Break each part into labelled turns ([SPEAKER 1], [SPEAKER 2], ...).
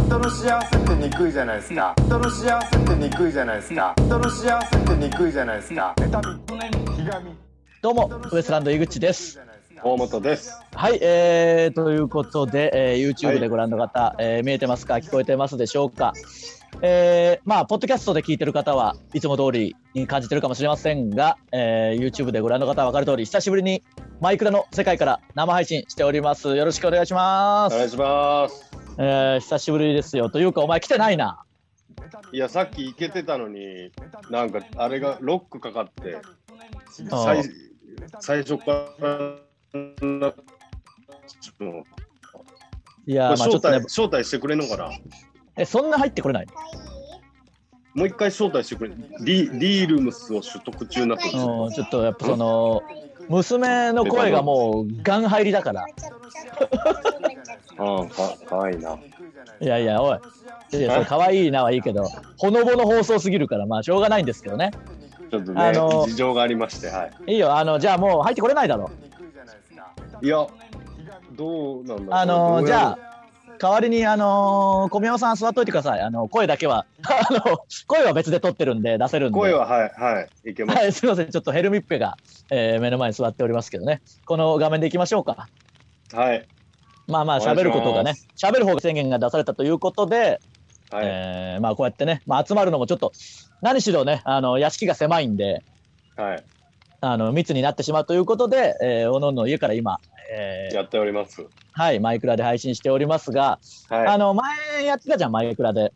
[SPEAKER 1] 人の幸せってにくいじゃないですか人の幸せってにくいじゃないですか人の幸せってにくいじゃないですか妬みひがみ
[SPEAKER 2] どうも、ウエストランド井口です。
[SPEAKER 3] 大本です。
[SPEAKER 2] はい、えー、ということで、えー、
[SPEAKER 3] は
[SPEAKER 2] YouTube
[SPEAKER 3] い
[SPEAKER 2] でご覧の方、えー見えてますか聞こえてますでしょうかえー、まあ、ポッドキャストで聞いてる方はいつも通りに感じてるかもしれませんが、えー、YouTube でご覧の方はわかる通り、久しぶりにマイクラの世界から生配信しております。よろしくお願いしま
[SPEAKER 3] お願い
[SPEAKER 2] す。
[SPEAKER 3] します。
[SPEAKER 2] えー、久しぶりですよ。というか、お前来てないな。
[SPEAKER 3] いや、さっき行けてたのに、なんかあれがロックかかって、
[SPEAKER 2] あ
[SPEAKER 3] 最最初から、もう
[SPEAKER 2] いやー、まあちょ
[SPEAKER 3] 招
[SPEAKER 2] っとね
[SPEAKER 3] 待、招待してくれんのかな
[SPEAKER 2] え、そんな入ってこれない
[SPEAKER 3] もう一回招待してくれリリールムスを取得中になってる
[SPEAKER 2] うん、ちょっとやっぱその、娘の声がもうガン入りだから。
[SPEAKER 3] うんかかわいいない
[SPEAKER 2] やいや、おい。いや、それ可愛いなはいいけど、ほのぼの放送すぎるから、まあ、しょうがないんですけどね。
[SPEAKER 3] ちょっと
[SPEAKER 2] あ
[SPEAKER 3] ね
[SPEAKER 2] の、
[SPEAKER 3] 事情がありまして、はい
[SPEAKER 2] いよ、あの、じゃあもう入ってこれないだろ。
[SPEAKER 3] い。いや、どうなんだろう。
[SPEAKER 2] あの、じゃ
[SPEAKER 3] あ、
[SPEAKER 2] あ、代わりに、あのー、小宮山さん座っといてください。あの、声だけは、 あの、声は別で撮ってるんで、出せるんで。
[SPEAKER 3] 声は、はい、はい、いけます。
[SPEAKER 2] はい、すいません。ちょっとヘルミッペが、えー目の前に座っておりますけどね。この画面でいきましょうか。
[SPEAKER 3] はい、
[SPEAKER 2] まあまあ、喋ることが
[SPEAKER 3] お願
[SPEAKER 2] ね
[SPEAKER 3] いし、
[SPEAKER 2] 喋る方が宣言が出されたということで、
[SPEAKER 3] はい、
[SPEAKER 2] えーまあ、こうやってね、まあ、集まるのもちょっと、何しろね、あの、屋敷が狭いんで、
[SPEAKER 3] はい、
[SPEAKER 2] あの密になってしまうということで、えー、おのおの家から今、えー
[SPEAKER 3] やっております。
[SPEAKER 2] はい、マイクラで配信しておりますが、あ
[SPEAKER 3] は
[SPEAKER 2] の前やってたじゃん、マイクラで。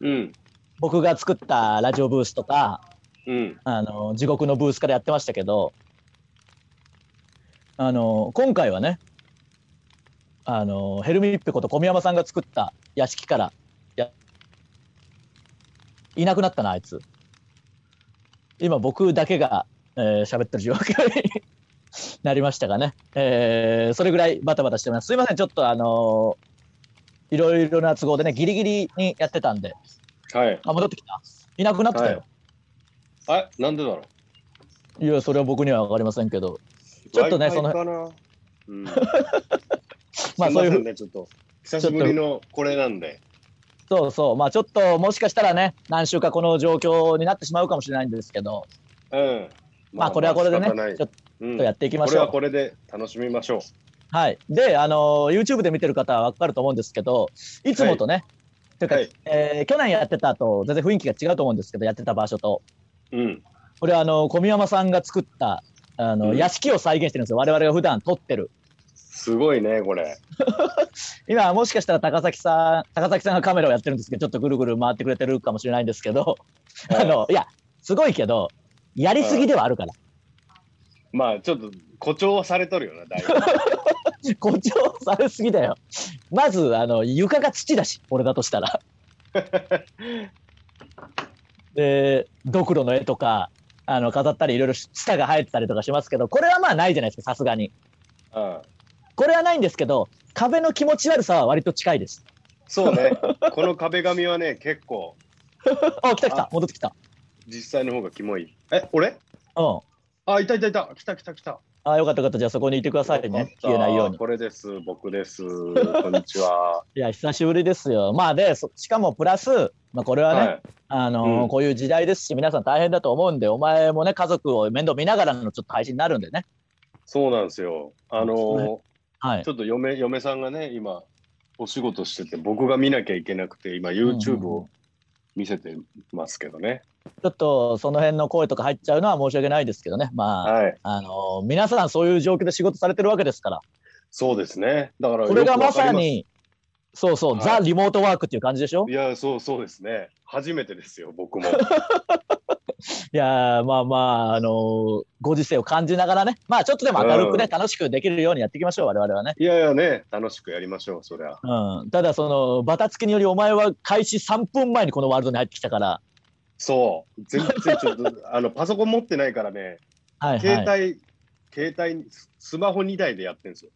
[SPEAKER 3] い、うん、
[SPEAKER 2] 僕が作ったラジオブースとか、
[SPEAKER 3] うん。
[SPEAKER 2] あの地獄のブースからやってましたけど、あの今回はね、あのヘルミッペこと小宮山さんが作った屋敷からや、いなくなったな、あいつ。今、僕だけがえー喋ってる状況に なりましたがね、えーそれぐらいバタバタしてます。すいません、ちょっとあのいろいろな都合でね、ギリギリにやってたんで、
[SPEAKER 3] はい。
[SPEAKER 2] あ、戻ってきた。いなくなってたよ。
[SPEAKER 3] はいあ、なんでだろ
[SPEAKER 2] いや、それは僕には分かりませんけど、
[SPEAKER 3] う。
[SPEAKER 2] ちょっとね
[SPEAKER 3] Wi-Fi
[SPEAKER 2] その
[SPEAKER 3] かな。 うん。
[SPEAKER 2] まあそういう
[SPEAKER 3] すませんね、ちょっと。久しぶりのこれなんで。
[SPEAKER 2] そうそう、まあちょっともしかしたらね、何週かこの状況になってしまうかもしれないんですけど、
[SPEAKER 3] うん。
[SPEAKER 2] まあこれはこれでね、
[SPEAKER 3] 仕方ない
[SPEAKER 2] ちょっ
[SPEAKER 3] うん
[SPEAKER 2] とやっていきま
[SPEAKER 3] こ
[SPEAKER 2] し
[SPEAKER 3] れ
[SPEAKER 2] ょ
[SPEAKER 3] は
[SPEAKER 2] う。
[SPEAKER 3] これで楽しみましょう。
[SPEAKER 2] はい。で、あのー YouTube で見てる方は分かると思うんですけど、いつもとね、というか、
[SPEAKER 3] はい
[SPEAKER 2] えー去年やってたと全然雰囲気が違うと思うんですけど、やってた場所と、
[SPEAKER 3] うん。
[SPEAKER 2] これはあのー小宮山さんが作った、あのー
[SPEAKER 3] うん
[SPEAKER 2] 屋敷を再現してるんですよ。我々が普段撮ってる。
[SPEAKER 3] すごいね、これ。
[SPEAKER 2] 今、もしかしたら高崎さん、高崎さんがカメラをやってるんですけど、ちょっとぐるぐる回ってくれてるかもしれないんですけど、あの、いや、すごいけど、やりすぎではあるから。
[SPEAKER 3] まあちょっと誇張はされとるよな、だいぶ。
[SPEAKER 2] 誇張されすぎだよ。まず、あの、床が土だし、俺だとした ら。で、ドクロの絵とか、あの、飾ったり、いろいろ舌が生えてたりとかしますけど、これはまあないじゃないですか、さすがに。
[SPEAKER 3] うん。
[SPEAKER 2] これはないんですけど、壁の気持ち悪さは割と近いです。
[SPEAKER 3] そうね。この壁紙はね、結構
[SPEAKER 2] あ、来た来た
[SPEAKER 3] あ、
[SPEAKER 2] 戻ってきた。
[SPEAKER 3] 実際の方がキモい。え、俺
[SPEAKER 2] うん。
[SPEAKER 3] あ、いたいたいた。来た来た来た。
[SPEAKER 2] あ、よかったよかった。じゃあそこにいてくださいね。消えないように。
[SPEAKER 3] これです。僕です。こんにちは。
[SPEAKER 2] いや、久しぶりですよ。まあで、そしかもプラス、 まあこれはね、
[SPEAKER 3] はい。
[SPEAKER 2] あのー
[SPEAKER 3] うん
[SPEAKER 2] こういう時代ですし、皆さん大変だと思うんで、お前もね、家族を面倒見ながらのちょっと配信になるんでね。
[SPEAKER 3] そうなんですよ。あの
[SPEAKER 2] そう
[SPEAKER 3] ー
[SPEAKER 2] ですはい
[SPEAKER 3] ち。ょっと嫁嫁さんがね、今、お仕事してて、僕が見なきゃいけなくて、今、YouTube
[SPEAKER 2] うんうんうん
[SPEAKER 3] を見せてますけどね。
[SPEAKER 2] ちょっと、その辺の声とか入っちゃうのは申し訳ないですけどね。まあ、
[SPEAKER 3] はい、
[SPEAKER 2] あのー皆さんそういう状況で仕事されてるわけですから。
[SPEAKER 3] そうですね。だから、
[SPEAKER 2] これが
[SPEAKER 3] よくわ
[SPEAKER 2] ま
[SPEAKER 3] か
[SPEAKER 2] さ
[SPEAKER 3] りす。
[SPEAKER 2] に、そうそう、
[SPEAKER 3] はい
[SPEAKER 2] ザ・リモートワークっていう感じでしょ
[SPEAKER 3] いや、そうそうですね。初めてですよ、僕も。
[SPEAKER 2] いやーまあまあ、あのーご時世を感じながらね、まあちょっとでも明るくね、
[SPEAKER 3] うん
[SPEAKER 2] 楽しくできるようにやっていきましょう、我々はね。
[SPEAKER 3] いやいやね、楽しくやりましょう、そりゃ。
[SPEAKER 2] うん。ただ、その、バタつきによりお前は開始3分前にこのワールドに入ってきたから、
[SPEAKER 3] そう、全然ちょっ と、あの、パソコン持ってないからね、
[SPEAKER 2] はいはい。
[SPEAKER 3] 携帯、携帯、スマホ2台でやってるんですよ。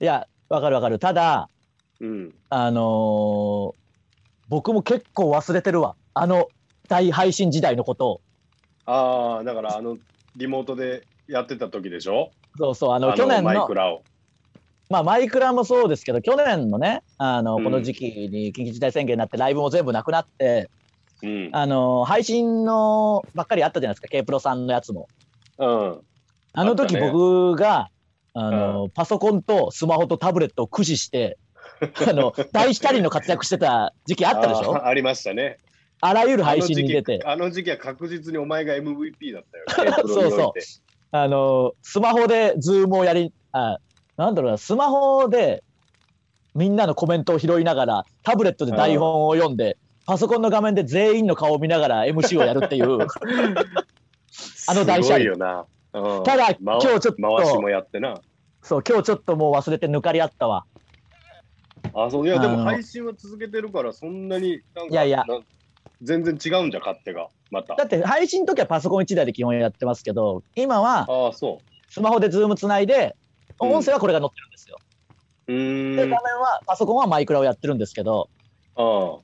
[SPEAKER 2] いや、わかるわかる。ただ、
[SPEAKER 3] うん。
[SPEAKER 2] あのー僕も結構忘れてるわ。あの、大配信時代のことを。
[SPEAKER 3] ああ、だから、あの、リモートでやってた時でしょ
[SPEAKER 2] そうそう、あ
[SPEAKER 3] あ
[SPEAKER 2] の、去年
[SPEAKER 3] マイ
[SPEAKER 2] の
[SPEAKER 3] ク、ラを。
[SPEAKER 2] まあ、マイクラもそうですけど、去年のね、あの、
[SPEAKER 3] うん
[SPEAKER 2] この時期に緊急事態宣言になって、ライブも全部なくなって、
[SPEAKER 3] うん。
[SPEAKER 2] あの、配信のばっかりあったじゃないですか、K プロさんのやつも。
[SPEAKER 3] うん。
[SPEAKER 2] あの時
[SPEAKER 3] あったね
[SPEAKER 2] 僕が、あの、パソコンとスマホとタブレットを駆使して、 あの、大光の活躍してた時期あったでしょ
[SPEAKER 3] あありましたね。
[SPEAKER 2] あらゆる配信に出て、
[SPEAKER 3] あの時期あの時期は確実にお前が MVP だったよね。
[SPEAKER 2] そうそう
[SPEAKER 3] プロにおいて
[SPEAKER 2] あの、スマホでズームをやり、あ、なんだろうな、スマホでみんなのコメントを拾いながら、タブレットで台本を読んで、パソコンの画面で全員の顔を見ながら MC をやるって いう、あの台車
[SPEAKER 3] すごいよな。うん
[SPEAKER 2] ただ
[SPEAKER 3] 回
[SPEAKER 2] 今日ちょっと
[SPEAKER 3] 回しもやってな。
[SPEAKER 2] そう、今日ちょっともう忘れて抜かりあったわ。
[SPEAKER 3] あ、そういや、で
[SPEAKER 2] あ
[SPEAKER 3] も
[SPEAKER 2] の
[SPEAKER 3] 配信は続けてるから、そんなになんか
[SPEAKER 2] いやいや
[SPEAKER 3] な全然違うんじゃ、勝手が。また。
[SPEAKER 2] だって配信の時はパソコン1台で基本やってますけど、今は
[SPEAKER 3] ああ、そ
[SPEAKER 2] スマホでズームつないで、
[SPEAKER 3] うん
[SPEAKER 2] 音声はこれが載ってるんですよ。
[SPEAKER 3] う。う
[SPEAKER 2] で、
[SPEAKER 3] ー
[SPEAKER 2] 画
[SPEAKER 3] ん。
[SPEAKER 2] 面
[SPEAKER 3] あ
[SPEAKER 2] は、パソコンはマイクラをやってるんですけど、
[SPEAKER 3] あ。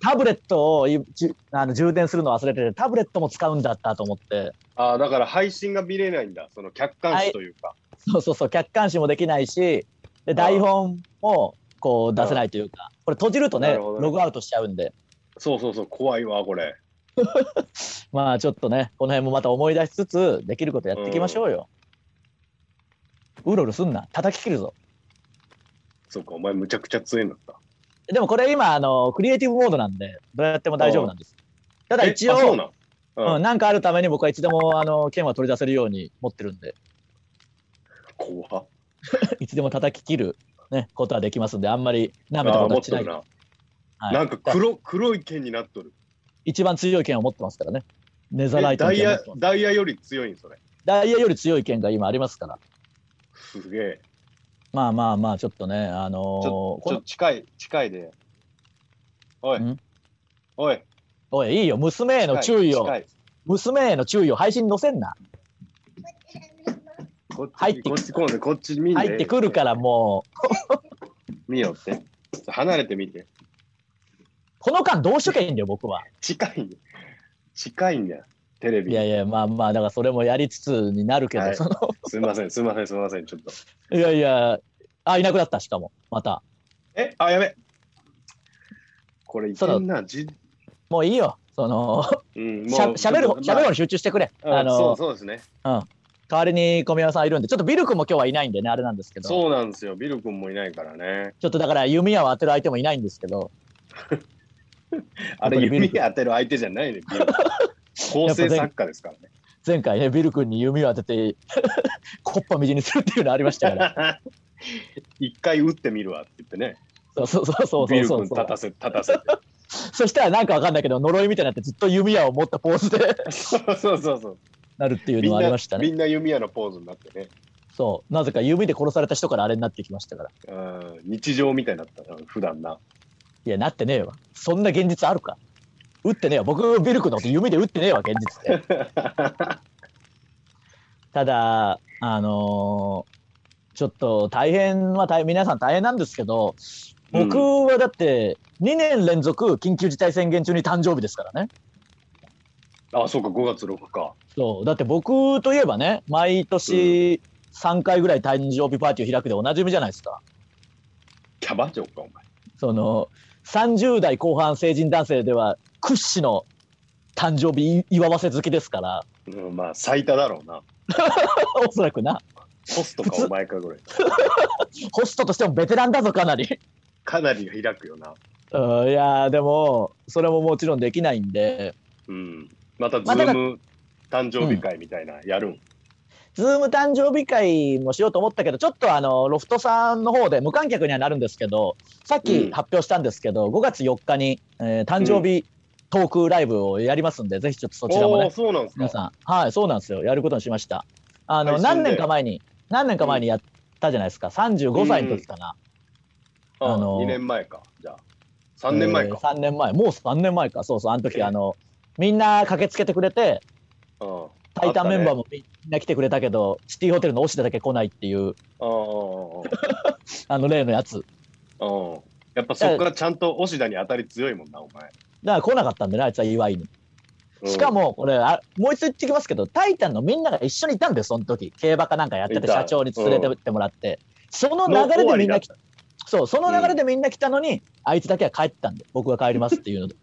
[SPEAKER 2] タブレットをいじゅあの充電するの忘れてて、タブレットも使うんだったと思って、
[SPEAKER 3] ああ、だから配信が見れないんだ。その客観視というか。
[SPEAKER 2] そうそうそう、客観視もできないし、で台本もこう出せないというか、これ閉じるとね
[SPEAKER 3] なるほどね
[SPEAKER 2] ログアウトしちゃうんで、
[SPEAKER 3] そうそうそう、怖いわ、これ。
[SPEAKER 2] まあちょっとね、この辺もまた思い出しつつ、できることやっていきましょうよ。うろうろすんな、叩き切るぞ。
[SPEAKER 3] そうか、お前むちゃくちゃ強いんだった。
[SPEAKER 2] でもこれ今、あのクリエイティブモードなんで、どうやっても大丈夫なんです。ただ
[SPEAKER 3] え
[SPEAKER 2] 一
[SPEAKER 3] あそう
[SPEAKER 2] 応、
[SPEAKER 3] なん。
[SPEAKER 2] う
[SPEAKER 3] うん
[SPEAKER 2] ん、なんかあるために僕はいつでもあの剣は取り出せるように持ってるんで、
[SPEAKER 3] 怖っ
[SPEAKER 2] いつでも叩き切る、ね、ことはできますんで、あんまり舐めたこ
[SPEAKER 3] あ
[SPEAKER 2] と
[SPEAKER 3] あ、持
[SPEAKER 2] は
[SPEAKER 3] っ
[SPEAKER 2] してない
[SPEAKER 3] る。な。
[SPEAKER 2] はい
[SPEAKER 3] なんか黒黒い剣になっとる。
[SPEAKER 2] 一番強い剣を持ってますからね。ネザーラ
[SPEAKER 3] え
[SPEAKER 2] イトの
[SPEAKER 3] ダイ
[SPEAKER 2] 剣持っ
[SPEAKER 3] ヤ
[SPEAKER 2] てます
[SPEAKER 3] ダイヤより強いんそれ。
[SPEAKER 2] ダイヤより強い剣が今ありますから。
[SPEAKER 3] すげえ。
[SPEAKER 2] まあまあまあ、ちょっとね、あのー
[SPEAKER 3] ちょ
[SPEAKER 2] こ
[SPEAKER 3] ちょ
[SPEAKER 2] の
[SPEAKER 3] 近い近いで。おい
[SPEAKER 2] ん
[SPEAKER 3] おい。
[SPEAKER 2] おい、いいよ、娘への注意を、
[SPEAKER 3] 近い
[SPEAKER 2] 娘への注意を配信に載せんな。
[SPEAKER 3] こっち
[SPEAKER 2] 入って
[SPEAKER 3] こっちこうねこっち見んで
[SPEAKER 2] 入ってくるからもう、
[SPEAKER 3] 見よって。離れてみて。
[SPEAKER 2] この間どうしとけばいいんだよ、僕は。
[SPEAKER 3] 近いんだよ。近いんだよ。テレビ。
[SPEAKER 2] いやいや、まあまあ、だからそれもやりつつになるけど、
[SPEAKER 3] はい
[SPEAKER 2] その、
[SPEAKER 3] すみませんすみませんすみませんちょっと。
[SPEAKER 2] いやいや、あ、いなくなった、しかも、また。
[SPEAKER 3] えあやべ。これいけんな。じ
[SPEAKER 2] もういいよ、その、
[SPEAKER 3] うん
[SPEAKER 2] しゃしゃべる方、しゃべる方に集中してくれ。
[SPEAKER 3] まあ
[SPEAKER 2] あのー
[SPEAKER 3] そうそうですね。
[SPEAKER 2] 代わりに小宮山さんいるんで、ちょっとビル君も今日はいないんでね、あれなんですけど、ちょ
[SPEAKER 3] そうなんですよ。ビル君もいないからね。
[SPEAKER 2] っとだから弓矢を当てる相手もいないんですけど、
[SPEAKER 3] あれ、指当てる相手じゃない ね。ビル構成作家ですからね。
[SPEAKER 2] 前回ね、ビル君に弓を当てて、 コッパみじんにするっていうのありま したから。
[SPEAKER 3] 一回打ってみるわって言ってね。
[SPEAKER 2] そうそうそうそう
[SPEAKER 3] ビ
[SPEAKER 2] そう
[SPEAKER 3] ル
[SPEAKER 2] そう
[SPEAKER 3] 君立たせ、立たせて。
[SPEAKER 2] そしたらなんかわかんないけど、呪いみたいになってずっと弓矢を持ったポーズで
[SPEAKER 3] そうそうそうそう。
[SPEAKER 2] なるっていう
[SPEAKER 3] み
[SPEAKER 2] の
[SPEAKER 3] ん
[SPEAKER 2] はあり
[SPEAKER 3] な
[SPEAKER 2] ました、ね。
[SPEAKER 3] みんな弓矢のポーズになってね。
[SPEAKER 2] そう。なぜか弓で殺された人からあれになってきましたから。
[SPEAKER 3] うん日常みたいになったな、普段な。
[SPEAKER 2] いや、なってねえわ。そんな現実あるか。撃ってねえわ。僕、ビル君のこと弓で撃ってねえわ、現実で。ただ、あのーちょっと大変は大皆さん大変なんですけど、僕
[SPEAKER 3] うん
[SPEAKER 2] はだって2年連続緊急事態宣言中に誕生日ですからね。
[SPEAKER 3] あ、そうか、5月6日か。
[SPEAKER 2] そう。だって僕といえばね、毎年3回ぐらい誕生日パーティーを開くでおなじみじゃないですか。
[SPEAKER 3] キャバ嬢か、お前。
[SPEAKER 2] その、30代後半成人男性では屈指の誕生日祝わせ好きですから、
[SPEAKER 3] うん、まあ、最多だろうな。
[SPEAKER 2] おそらくな。
[SPEAKER 3] ホスト
[SPEAKER 2] 普
[SPEAKER 3] か、
[SPEAKER 2] 通
[SPEAKER 3] お前かぐらい。
[SPEAKER 2] ホストとしてもベテランだぞ、かなり。
[SPEAKER 3] かなり開くよな。
[SPEAKER 2] うん、いやーでも、それももちろんできないんで、
[SPEAKER 3] うん。また、ズ
[SPEAKER 2] まあだから
[SPEAKER 3] ーム誕生日会みたいな、やるん。
[SPEAKER 2] ズーム誕生日会もしようと思ったけど、ちょっとあの、ロフトさんの方で無観客にはなるんですけど、さっ
[SPEAKER 3] うん
[SPEAKER 2] き発表したんですけど、5月4日に、えー誕生日トークライブをやりますんで、ぜひちょっとそちらも
[SPEAKER 3] おー
[SPEAKER 2] ね、
[SPEAKER 3] そうなんですか。
[SPEAKER 2] 皆さん、はい、そうなんですよ。やることにしました。あの、
[SPEAKER 3] 配信で
[SPEAKER 2] 何年か前に、何年か前にやったじゃないですか。35歳の時かな。
[SPEAKER 3] あ
[SPEAKER 2] あの
[SPEAKER 3] 2年前か。じゃあ、3年前
[SPEAKER 2] えー
[SPEAKER 3] か。
[SPEAKER 2] 3年前。もう3年前か。そうそう。あの時、あの、みんな駆けつけてくれて、
[SPEAKER 3] うん
[SPEAKER 2] タイタンメンバー
[SPEAKER 3] も。
[SPEAKER 2] もみんな来てくれたけど、シティホテルのオシダだけ来ないっていう、
[SPEAKER 3] あったね
[SPEAKER 2] あの例のやつ。
[SPEAKER 3] うんうんうんうんやっぱそこからちゃんと押田に当たり強いもんな、お前。
[SPEAKER 2] だから来なかったんでね、あいつは祝いに。
[SPEAKER 3] うん
[SPEAKER 2] しか、も、これ、あもう一度言ってきますけど、タイタンのみんなが一緒にいたんです、その時。競馬かなんかやって
[SPEAKER 3] い
[SPEAKER 2] て、
[SPEAKER 3] た
[SPEAKER 2] 社長に連れてってもらって。その流れでみんな来
[SPEAKER 3] の終わりだった
[SPEAKER 2] そう、その流れでみんな来たのに、あいつだけは帰ったんで、僕が帰りますって いうので。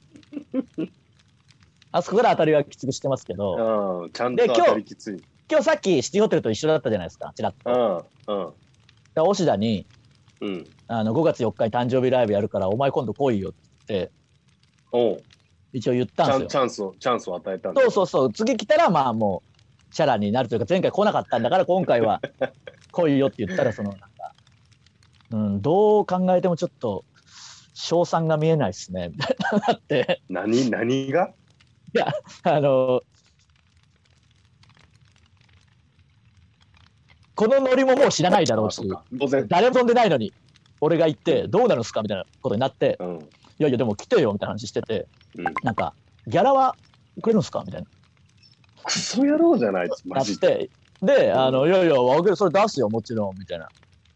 [SPEAKER 2] あそこから当たりはきつくしてますけど、
[SPEAKER 3] うん、ちゃん
[SPEAKER 2] で
[SPEAKER 3] と
[SPEAKER 2] 今日
[SPEAKER 3] 当たりきつい。うん、
[SPEAKER 2] 今日さっきシティホテルと一緒だったじゃないですか、ちらっと。
[SPEAKER 3] うん、
[SPEAKER 2] で、押田に、
[SPEAKER 3] うん。
[SPEAKER 2] あの5月4日に誕生日ライブやるから、お前今度来いよって
[SPEAKER 3] おう
[SPEAKER 2] 一応言っ
[SPEAKER 3] チ
[SPEAKER 2] たん
[SPEAKER 3] ャ
[SPEAKER 2] です
[SPEAKER 3] ンチ
[SPEAKER 2] よ。
[SPEAKER 3] ャンスを、チャンスを与えたんだ
[SPEAKER 2] そうそうそう、次来たらまあもう、チャラになるというか、前回来なかったんだから、今回 は来いよって言ったら、その、なんか、うん、どう考えてもちょっと、賞賛が見えないですね、 みたいななって。
[SPEAKER 3] 何、何が
[SPEAKER 2] あの、このノリももう知らないだろう
[SPEAKER 3] あ
[SPEAKER 2] し
[SPEAKER 3] そ、か当然。
[SPEAKER 2] 誰も飛んでないのに、俺が行って、どうなるんすかみたいなことになって、
[SPEAKER 3] うん。
[SPEAKER 2] いやいや、でも来てよみたいな話してて、
[SPEAKER 3] うん
[SPEAKER 2] なんか、ギャラはくれるんすかみたい
[SPEAKER 3] クソ野郎じゃない
[SPEAKER 2] な、な
[SPEAKER 3] マ
[SPEAKER 2] っ
[SPEAKER 3] ジで。
[SPEAKER 2] て、で、あの、いやいや、わかるそれ出すよ、もちろん、みたいな。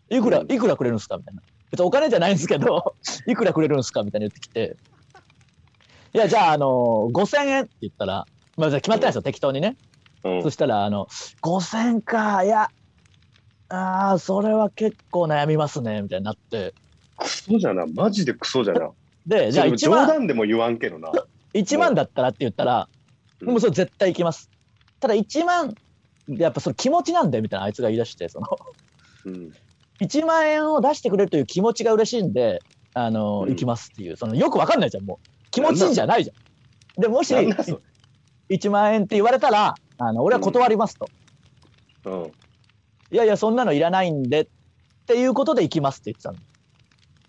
[SPEAKER 2] いくら
[SPEAKER 3] う、ん
[SPEAKER 2] いくらくれるんすかみたいな。別にお金じゃないんですけど、 いくらくれるんすかみたいな言ってきて、いや、じゃあ、あの、5000円って言ったら、まあ、じゃあ決まってないですよ、適当にね。
[SPEAKER 3] うん
[SPEAKER 2] そ。したら、あの、5000か、いや、ああ、それは結構悩みますね、みたいになって。
[SPEAKER 3] クソじゃな、マジでクソじゃな。
[SPEAKER 2] で、じゃあ
[SPEAKER 3] それ
[SPEAKER 2] 1
[SPEAKER 3] 冗
[SPEAKER 2] 万、
[SPEAKER 3] 談でも言わんけどな。
[SPEAKER 2] 一万だったらって言ったら、
[SPEAKER 3] うん
[SPEAKER 2] もうそれ絶対行きます。ただ1万、やっぱその気持ちなんだよ、みたいなあいつが言い出して、その、
[SPEAKER 3] うん。
[SPEAKER 2] 1万円を出してくれるという気持ちが嬉しいんで、あの、
[SPEAKER 3] うん
[SPEAKER 2] 行きますっていう、その、よくわかんないじゃん、もう。気持ちいいじゃないじゃん。で、もし、
[SPEAKER 3] なんだそれ
[SPEAKER 2] 1万円って言われたら、あの、俺は断りますと。
[SPEAKER 3] うん。
[SPEAKER 2] いやいや、そんなのいらないんで、っていうことで行きますって言ってたの。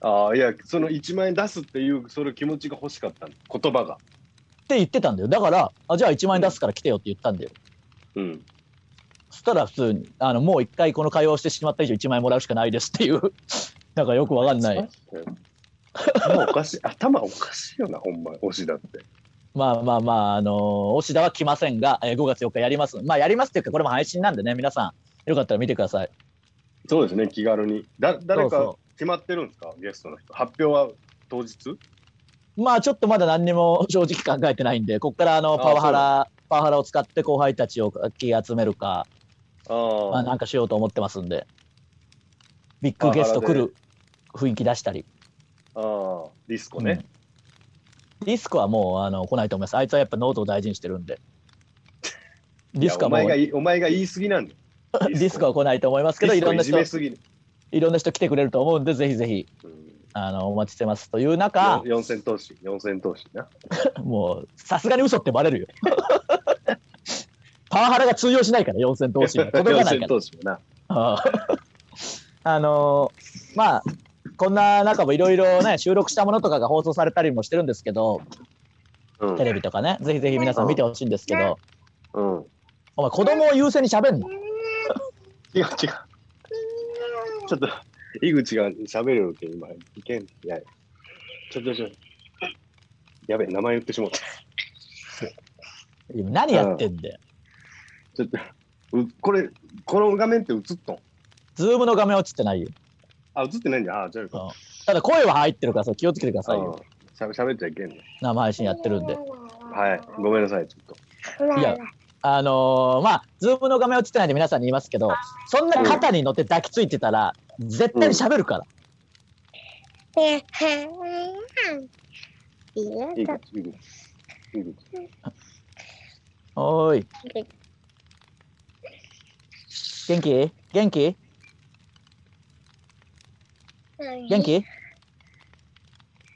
[SPEAKER 3] ああ、いや、その1万円出すっていう、その気持ちが欲しかったの言葉が。
[SPEAKER 2] って言ってたんだよだからあじゃあ1万円出すから来てよって言ったんだよ
[SPEAKER 3] うん。
[SPEAKER 2] そしたら普通にあのもう1回この会話をしてしまった以上1万円もらうしかないですっていう なんかよくわかんない
[SPEAKER 3] マジで。頭おかしい。頭おかしいよな、ほんま、推しだって。
[SPEAKER 2] まあまあまああのー押田は来ませんが、えー5月4日やりますまあやりますっていうかこれも配信なんでね皆さんよかったら見てください
[SPEAKER 3] そうですね、気軽に。だ誰
[SPEAKER 2] そう
[SPEAKER 3] か
[SPEAKER 2] そ
[SPEAKER 3] 決まってるんですか、ゲストの人。発表は当日
[SPEAKER 2] うまあちょっとまだ何にも 正直考えてないんでここからあの
[SPEAKER 3] あ
[SPEAKER 2] パワハラパワハラを使って後輩たちをかき集めるか、
[SPEAKER 3] あ
[SPEAKER 2] まあ、なんかしようと思ってますんでビッグゲスト来る雰囲気出したり
[SPEAKER 3] あー、ディスコね。
[SPEAKER 2] うんディスコはもうあの来ないと思います。あいつはやっぱノートを大事にしてる んで。ディスコ
[SPEAKER 3] いやお
[SPEAKER 2] はも
[SPEAKER 3] 前
[SPEAKER 2] う、
[SPEAKER 3] が
[SPEAKER 2] デ
[SPEAKER 3] いお前が言い過ぎなん だよ。
[SPEAKER 2] ィスコは来ないと思いますけ
[SPEAKER 3] デ
[SPEAKER 2] ど、いろ
[SPEAKER 3] ィスコ
[SPEAKER 2] ん
[SPEAKER 3] い
[SPEAKER 2] な
[SPEAKER 3] じ
[SPEAKER 2] 人、
[SPEAKER 3] め
[SPEAKER 2] い
[SPEAKER 3] すぎる。
[SPEAKER 2] ろんな人来てくれると思うんで、ぜひぜひ、
[SPEAKER 3] うん
[SPEAKER 2] あの、お待ちしてます。という中
[SPEAKER 3] よ、四千投資、四千投資な。
[SPEAKER 2] もう、さすがに嘘ってバレるよ。 パワハラが通用しないから、四千投資には届かないか
[SPEAKER 3] 投資もな。
[SPEAKER 2] ら。あのまあ、こんな中もいろいろね、収録したものとかが放送されたりもしてるんですけど、
[SPEAKER 3] うん
[SPEAKER 2] テレビとかね、ぜひぜひ皆さん見てほしいんですけど、
[SPEAKER 3] うん。
[SPEAKER 2] お前、子供を優先に喋んの
[SPEAKER 3] 違う違う。ちょっと、井口が喋るけど今、いけん。いや、ちょっとちょっと。やべえ、名前言ってしまった。
[SPEAKER 2] 今何やってんだよ。
[SPEAKER 3] ちょっと、うこれ、この画面って映っとん
[SPEAKER 2] ズームの画面落ちてないよ。
[SPEAKER 3] あ、映ってないんだ。あ、じゃあよかった
[SPEAKER 2] だ声は入ってるからそう気をつけてくださいよ。
[SPEAKER 3] しゃべしゃべっちゃいけんね。
[SPEAKER 2] 生配信やってるんで。
[SPEAKER 3] はい、ごめんなさい、ちょっと。
[SPEAKER 2] い
[SPEAKER 4] い
[SPEAKER 2] や
[SPEAKER 4] や、
[SPEAKER 2] あのーまあ、ズームの画面落ちてないんで皆さんに言いますけど、そんな肩に乗って抱きついてたら、絶対に喋るから。
[SPEAKER 4] えはい
[SPEAKER 3] い口いい
[SPEAKER 4] いや、、
[SPEAKER 3] 口。いい口。
[SPEAKER 2] おーい。元気元気元気い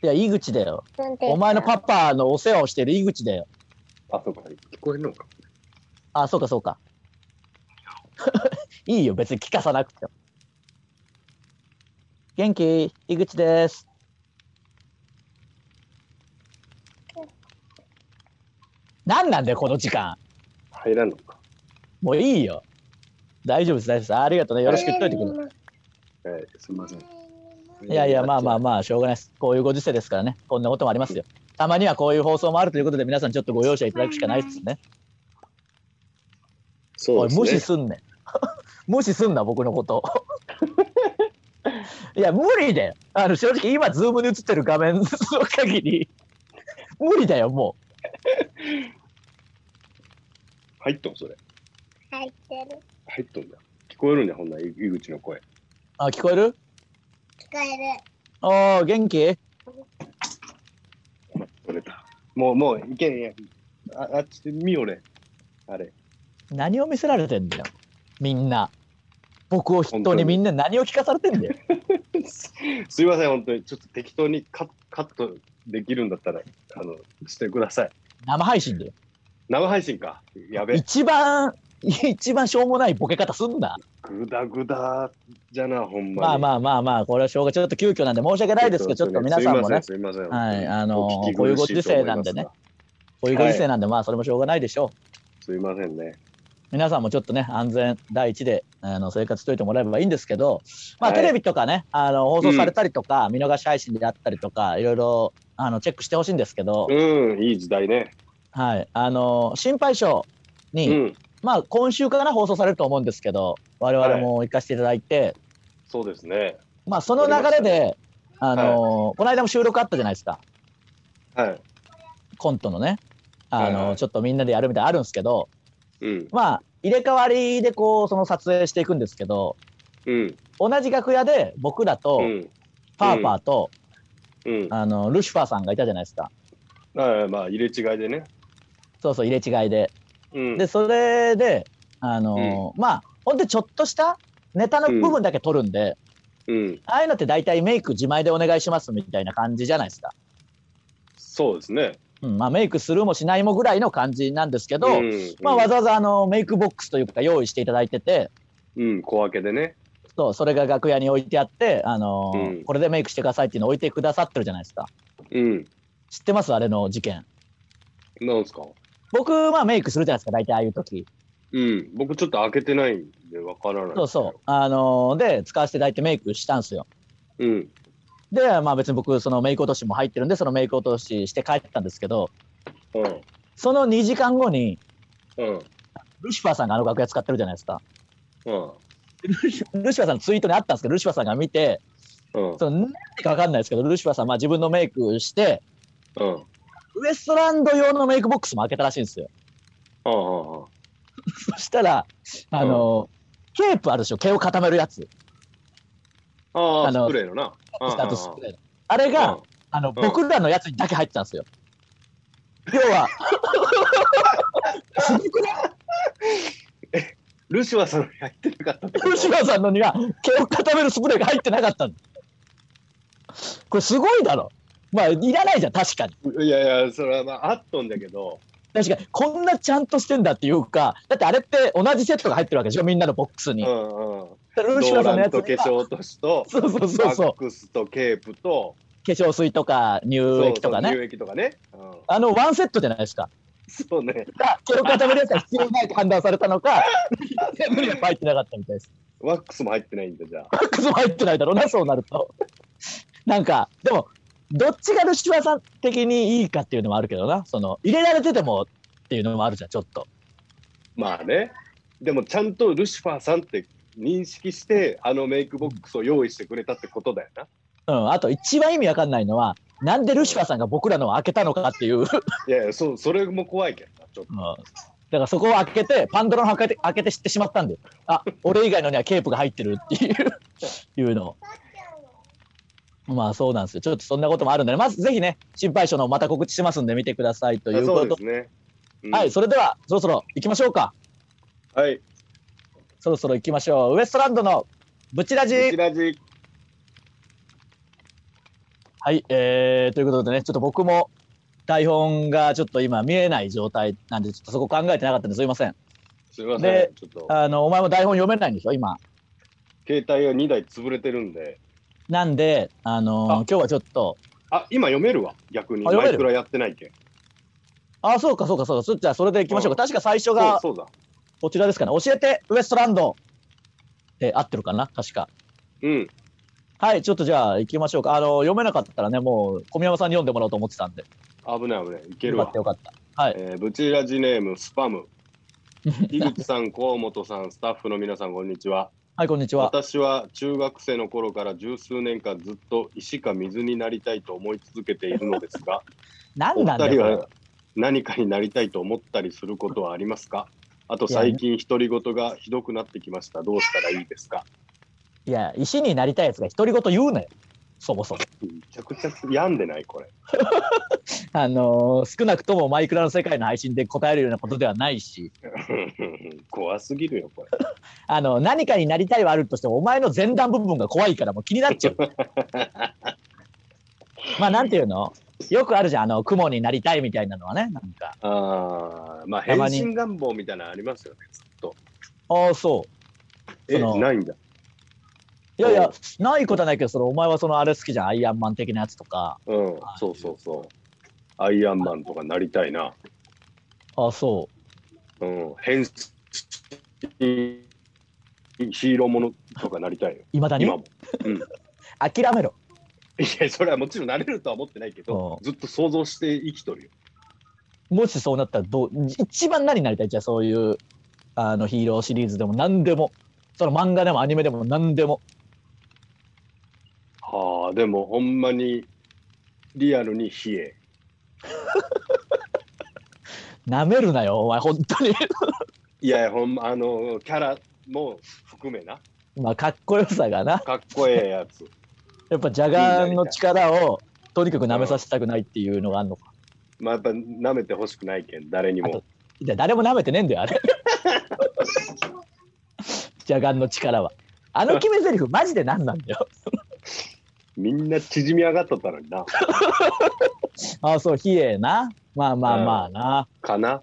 [SPEAKER 2] や、井口だよ。お前のパパのお世話をしている井口だよ。
[SPEAKER 3] あ、そうか、聞こえるのか。
[SPEAKER 2] あ、そうかそうか。 いいよ、別に聞かさなくても。元気井口です。何なんだよ、この時間。
[SPEAKER 3] 入らんのか。
[SPEAKER 2] もういいよ。大丈夫です、大丈夫です。ありがとうね。よろしく言っといてくれ。
[SPEAKER 4] れ。
[SPEAKER 3] えー、すみません。
[SPEAKER 2] いやいや、まあまあまあ、しょうがないです。こういうご時世ですからね。こんなこともありますよ。たまにはこういう放送もあるということで、皆さんちょっとご容赦いただくしかないですね。
[SPEAKER 3] そ
[SPEAKER 2] お
[SPEAKER 3] う
[SPEAKER 2] い
[SPEAKER 3] ですね。
[SPEAKER 2] 無視すんねん。 無視すんな、僕のこと。 いや、無理だよ。あの、正直今、ズームに映ってる画面の限り、無理だよ、も
[SPEAKER 3] 入っとん、それ。
[SPEAKER 4] 入ってる。
[SPEAKER 3] 入っとんだ。聞こえるんだ、ほんなら井口の声。
[SPEAKER 2] あ、聞こえる
[SPEAKER 4] 聞こえる。
[SPEAKER 2] ああ、元気
[SPEAKER 3] 取れた。もう、もう、いけんや。ああっち、見俺。あれ。
[SPEAKER 2] 何を見せられてんだよ。みんな。僕を筆頭にみんな何を聞かされてんだよ。
[SPEAKER 3] すいません、本当に。ちょっと適当にカカットできるんだったら、あの、してください。
[SPEAKER 2] 生配信で。
[SPEAKER 3] 生配信か。やべ。
[SPEAKER 2] 一番、一番しょうもないボケ方すんな。
[SPEAKER 3] ぐだぐだじゃな、ほんまに。
[SPEAKER 2] まあまあまあまあ、これはしょうがちょっと急遽なんで申し訳ないですけど、ちょっと皆さんもね、
[SPEAKER 3] すいません、すいません。
[SPEAKER 2] はいあの
[SPEAKER 3] お聞き苦しいと
[SPEAKER 2] こ
[SPEAKER 3] 思いますが
[SPEAKER 2] ういうご時世なんでね。こういうご時世なんで、まあそれもしょうがないでしょう。
[SPEAKER 3] すいませんね。
[SPEAKER 2] 皆さんもちょっとね、安全第一で、あの、生活しといてもらえればいいんですけど、まあ、
[SPEAKER 3] はい
[SPEAKER 2] テレビとかね、あの、放送されたりとか、見逃し配信であったりとか、いろいろ、あの、チェックしてほしいんですけど、
[SPEAKER 3] うん、いい時代ね。
[SPEAKER 2] はい、あの、心配性
[SPEAKER 3] う
[SPEAKER 2] に、
[SPEAKER 3] ん、
[SPEAKER 2] まあ、今週から放送されると思うんですけど、我々も行かせていただいて、
[SPEAKER 3] そうですね。
[SPEAKER 2] まあ、その流れで、あの、この間も収録あったじゃないですか、
[SPEAKER 3] はい。
[SPEAKER 2] コントのね、あ
[SPEAKER 3] はいは
[SPEAKER 2] の、
[SPEAKER 3] い
[SPEAKER 2] ちょっとみんなでやるみたいなのあるんですけど、
[SPEAKER 3] うん、
[SPEAKER 2] まあ、入れ替わりでこう、その撮影していくんですけど、
[SPEAKER 3] うん、
[SPEAKER 2] 同じ楽屋で僕らと、
[SPEAKER 3] うん、
[SPEAKER 2] パーパーと、
[SPEAKER 3] うん。
[SPEAKER 2] あのルシファーさんがいたじゃないですか
[SPEAKER 3] はいまあ、入れ違いでね。
[SPEAKER 2] そうそう入れ違いで、
[SPEAKER 3] うん、
[SPEAKER 2] でそれであのーまあほんでちょっとしたネタの部分だけ取るんで、
[SPEAKER 3] うん、
[SPEAKER 2] ああいうのって大体メイク自前でお願いしますみたいな感じじゃないですか、
[SPEAKER 3] そうですね。
[SPEAKER 2] うんまあ、メイクするもしないもぐらいの感じなんですけど、
[SPEAKER 3] うん
[SPEAKER 2] まあ、わざわざあのメイクボックスというか用意していただいてて
[SPEAKER 3] うん、小分けでね。
[SPEAKER 2] そうそれが楽屋に置いてあって、あのー
[SPEAKER 3] うん
[SPEAKER 2] これでメイクしてくださいっていうのを置いてくださってるじゃないですか
[SPEAKER 3] うん、
[SPEAKER 2] 知ってますあれの事件
[SPEAKER 3] なんすか。
[SPEAKER 2] 僕まあメイクするじゃないですか大体ああいう時
[SPEAKER 3] うん、僕ちょっと開けてないんで、わからない。
[SPEAKER 2] そうそう。あのーで、使わせていただいてメイクしたんですよ。
[SPEAKER 3] う。うん、
[SPEAKER 2] で、まあ別に僕、そのメイク落としも入ってるんで、そのメイク落としして帰ったんですけど、
[SPEAKER 3] うん、
[SPEAKER 2] その2時間後に、
[SPEAKER 3] うん、
[SPEAKER 2] ルシファーさんがあの楽屋使ってるじゃないです か。
[SPEAKER 3] うん、
[SPEAKER 2] ルシルシファーさんのツイートにあったんですけど、ルシファーさんが見て、
[SPEAKER 3] うん、
[SPEAKER 2] その何でか分かんないですけど、ルシファーさん、まあ自分のメイクして、
[SPEAKER 3] うん、うん、
[SPEAKER 2] ウエストランド用のメイクボックスも開けたらしいんですよ。
[SPEAKER 3] うん、
[SPEAKER 2] そしたら、あのーテープあるでしょ、毛を固めるやつ。
[SPEAKER 3] あ
[SPEAKER 2] あ
[SPEAKER 3] あ、
[SPEAKER 2] の
[SPEAKER 3] スプレーのな。
[SPEAKER 2] スタートスプレーのあれが、あの、
[SPEAKER 3] ん
[SPEAKER 2] 僕らのやつにだけ入ってたんですよ。要 は、
[SPEAKER 3] ルシファーさんのやってなかったってこと
[SPEAKER 2] 吉川さんのには毛を固めるスプレーが入ってなかったのこれすごいだろ。まあ、いらないじゃん、確かに。
[SPEAKER 3] いやいや、それはまあ、あっとんだけど、
[SPEAKER 2] 確かに、こんなちゃんとしてんだっていうか、だってあれって同じセットが入ってるわけでしょ、みんなのボックス
[SPEAKER 3] う
[SPEAKER 2] に。
[SPEAKER 3] んうん。
[SPEAKER 2] 吉
[SPEAKER 3] ドー
[SPEAKER 2] 川さんの
[SPEAKER 3] ラ
[SPEAKER 2] や
[SPEAKER 3] ン
[SPEAKER 2] つに
[SPEAKER 3] と化
[SPEAKER 2] は
[SPEAKER 3] 粧落としと、
[SPEAKER 2] そうそうそうそう
[SPEAKER 3] ワックスとケープと、
[SPEAKER 2] 化粧水とか乳液とか
[SPEAKER 3] そう
[SPEAKER 2] ね。
[SPEAKER 3] そう乳液とかね。うん
[SPEAKER 2] あの、ワンセットじゃないですか。
[SPEAKER 3] そうね。
[SPEAKER 2] が毛を固めるやつが必要ないと判断されたのか、 手ぶりが入ってなかったみたいです。
[SPEAKER 3] ワックスも入ってないんだ、じゃあ。
[SPEAKER 2] バックスも入ってないだろうな、そうなると。なんか、でも、どっちがルシファーさん的にいいかっていうのもあるけどな、その、入れられててもっていうのもあるじゃん、ちょっと。
[SPEAKER 3] まあね。でも、ちゃんとルシファーさんって認識して、あのメイクボックスを用意してくれたってことだよな。
[SPEAKER 2] うん、あと一番意味わかんないのは、なんでルシファーさんが僕らのを開けたのかっていう、うん、だか
[SPEAKER 3] いやいや、そう、それも怖いけどな、ちょっと。
[SPEAKER 2] らそこを開けて、パンドラの箱開けて開けて知ってしまったんだよ。あ、俺以外のにはケープが入ってるっていう、いうのを。まあそうなんですよ。ちょっとそんなこともあるんで、ね、まずぜひね、心配性のまた告知しますんで見てくださいというこ
[SPEAKER 3] そ
[SPEAKER 2] と
[SPEAKER 3] うですね。うん
[SPEAKER 2] はい、それではそろそろ行きましょうか。
[SPEAKER 3] はい。
[SPEAKER 2] そろそろ行きましょう。ウエストランドのブチラジ。
[SPEAKER 3] ブチラジ。
[SPEAKER 2] はい、えー、ということでね、ちょっと僕も台本がちょっと今見えない状態なんで、ちょっとそこ考えてなかったんですいません。
[SPEAKER 3] すみませ
[SPEAKER 2] で
[SPEAKER 3] ん。ちょっと、
[SPEAKER 2] あの、お前も台本読めないんでしょ、今。
[SPEAKER 3] 携帯が2台潰れてるんで。
[SPEAKER 2] なんで、あのー
[SPEAKER 3] あ
[SPEAKER 2] 今日はちょっと、
[SPEAKER 3] あ、今読めるわ、逆に。
[SPEAKER 2] あ読め
[SPEAKER 3] マ
[SPEAKER 2] る
[SPEAKER 3] イクラやってないけん。
[SPEAKER 2] あ、そうか、そうか、そうか、そじゃあそれで行きましょうか。確か最初
[SPEAKER 3] そう
[SPEAKER 2] が、
[SPEAKER 3] そうだ。
[SPEAKER 2] こちらですかね。教えて、ウエストランド。で、合ってるかな確か。
[SPEAKER 3] うん。
[SPEAKER 2] はい、ちょっとじゃあ行きましょうか。あの、読めなかったらね、もう、小宮山さんに読んでもらおうと思ってたんで。
[SPEAKER 3] 危ない危ない。いけ
[SPEAKER 2] よ
[SPEAKER 3] る
[SPEAKER 2] か
[SPEAKER 3] わ
[SPEAKER 2] った、。よかった。はい。
[SPEAKER 3] えー、ブチラジネームス パム井口さん河本さんスタッフの皆さんこんにちは
[SPEAKER 2] はい、こんにちは。
[SPEAKER 3] 私は中学生の頃から十数年間ずっと石か水になりたいと思い続けているのですがお
[SPEAKER 2] 何
[SPEAKER 3] 二
[SPEAKER 2] なんだ
[SPEAKER 3] 人
[SPEAKER 2] よ。
[SPEAKER 3] は何かになりたいと思ったりすることはありますかあと最近独り言がひどくなってきましたどうしたらいいですか
[SPEAKER 2] いや、石になりたいやつが独り言言うなよ。そもそも。
[SPEAKER 3] めちゃくちゃ病んでないこれ。
[SPEAKER 2] あのー少なくともマイクラの世界の配信で答えるようなことではないし、
[SPEAKER 3] 怖すぎるよこれ。
[SPEAKER 2] あの、何かになりたいはあるとしても、お前の前段部分が怖いからもう気になっ ちゃう。まあ、なんていうのよくあるじゃん。あの、雲になりたいみたいなのはね。なんか。
[SPEAKER 3] ああ、まあ
[SPEAKER 2] た
[SPEAKER 3] 変
[SPEAKER 2] まに
[SPEAKER 3] 身願望みたいなのありますよね。ずっと。
[SPEAKER 2] ああ、そう。
[SPEAKER 3] え、
[SPEAKER 2] その
[SPEAKER 3] ないんだ。
[SPEAKER 2] いやいや、ないことはないけど、そのお前はそのあれ好きじゃん。アイアンマン的なやつとか。
[SPEAKER 3] うん、そうそうそう。アイアンマンとかなりたいな。
[SPEAKER 2] ああ、そう。
[SPEAKER 3] うん、変身ヒーローものとかなりたいよ。
[SPEAKER 2] いまだに
[SPEAKER 3] 今も。
[SPEAKER 2] 諦めろ。
[SPEAKER 3] いや、それはもちろんなれるとは思ってないけど
[SPEAKER 2] う、ん
[SPEAKER 3] ずっと想像して生きとるよ。
[SPEAKER 2] もしそうなったらどう、一番何になりたいじゃあそういう、あの、ヒーローシリーズでも何でも、その漫画でもアニメでも何でも。
[SPEAKER 3] はあ、でもほんまにリアルに冷え。
[SPEAKER 2] なめるなよ、お前、本当に。
[SPEAKER 3] いやいや、ほんま、あの、キャラも含めな。
[SPEAKER 2] まあ、かっこよさがな。
[SPEAKER 3] かっこええやつ。
[SPEAKER 2] やっぱ、ジャガーの力を、とにかく舐めさせたくないっていうのがあるのか。
[SPEAKER 3] まあ、やっぱ舐めてほしくないけん、誰に
[SPEAKER 2] あ
[SPEAKER 3] も
[SPEAKER 2] と。いや、誰も舐めてねえんだよ、あれ。 ジャガーの力は。あの決め台詞、マジで何なんだよ。
[SPEAKER 3] みんな縮み上がっとったのにな。
[SPEAKER 2] ああ、そう、比叡な。まあまあまあな。
[SPEAKER 3] かな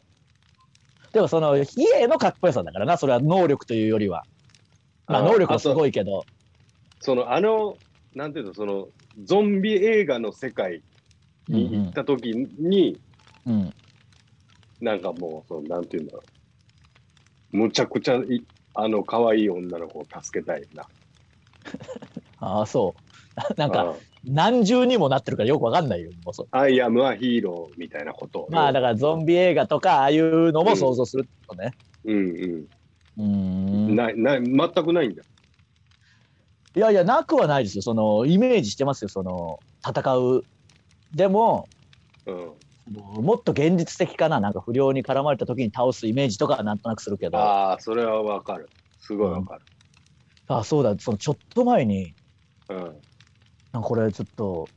[SPEAKER 2] でも、その、比叡のかっこよさだからな。それは能力というよりは。まあ、
[SPEAKER 3] うん
[SPEAKER 2] 能力は
[SPEAKER 3] あ
[SPEAKER 2] す
[SPEAKER 3] と
[SPEAKER 2] ごいけど。
[SPEAKER 3] その、あの、なんていうの、その、ゾンビ映画の世界
[SPEAKER 2] うん
[SPEAKER 3] に行った時に、
[SPEAKER 2] うんうん
[SPEAKER 3] なんかもう、その、なんていうんだろう。むちゃくちゃい、あの、可愛い女の子を助けたいな。
[SPEAKER 2] ああ、そう。 な
[SPEAKER 3] なん
[SPEAKER 2] か、、何重にもなってるからよくわかんないよ。もうそ
[SPEAKER 3] アイアムはヒーローみたいなこと。
[SPEAKER 2] まあだからゾンビ映画とかああいうのも想像するってことね。
[SPEAKER 3] うん
[SPEAKER 2] う
[SPEAKER 3] うんん。ない、ない、全くないんだ。
[SPEAKER 2] いやいやなくはないですよ。そのイメージしてますよ。その戦うでも
[SPEAKER 3] うん。
[SPEAKER 2] もっと現実的かな。なんか不良に絡まれた時に倒すイメージとかはなんとなくするけど。あ
[SPEAKER 3] ああ、それはわかる。すごいわかる。
[SPEAKER 2] あそうだ。そのちょっと前に
[SPEAKER 3] うん。
[SPEAKER 2] なんかこれちょっと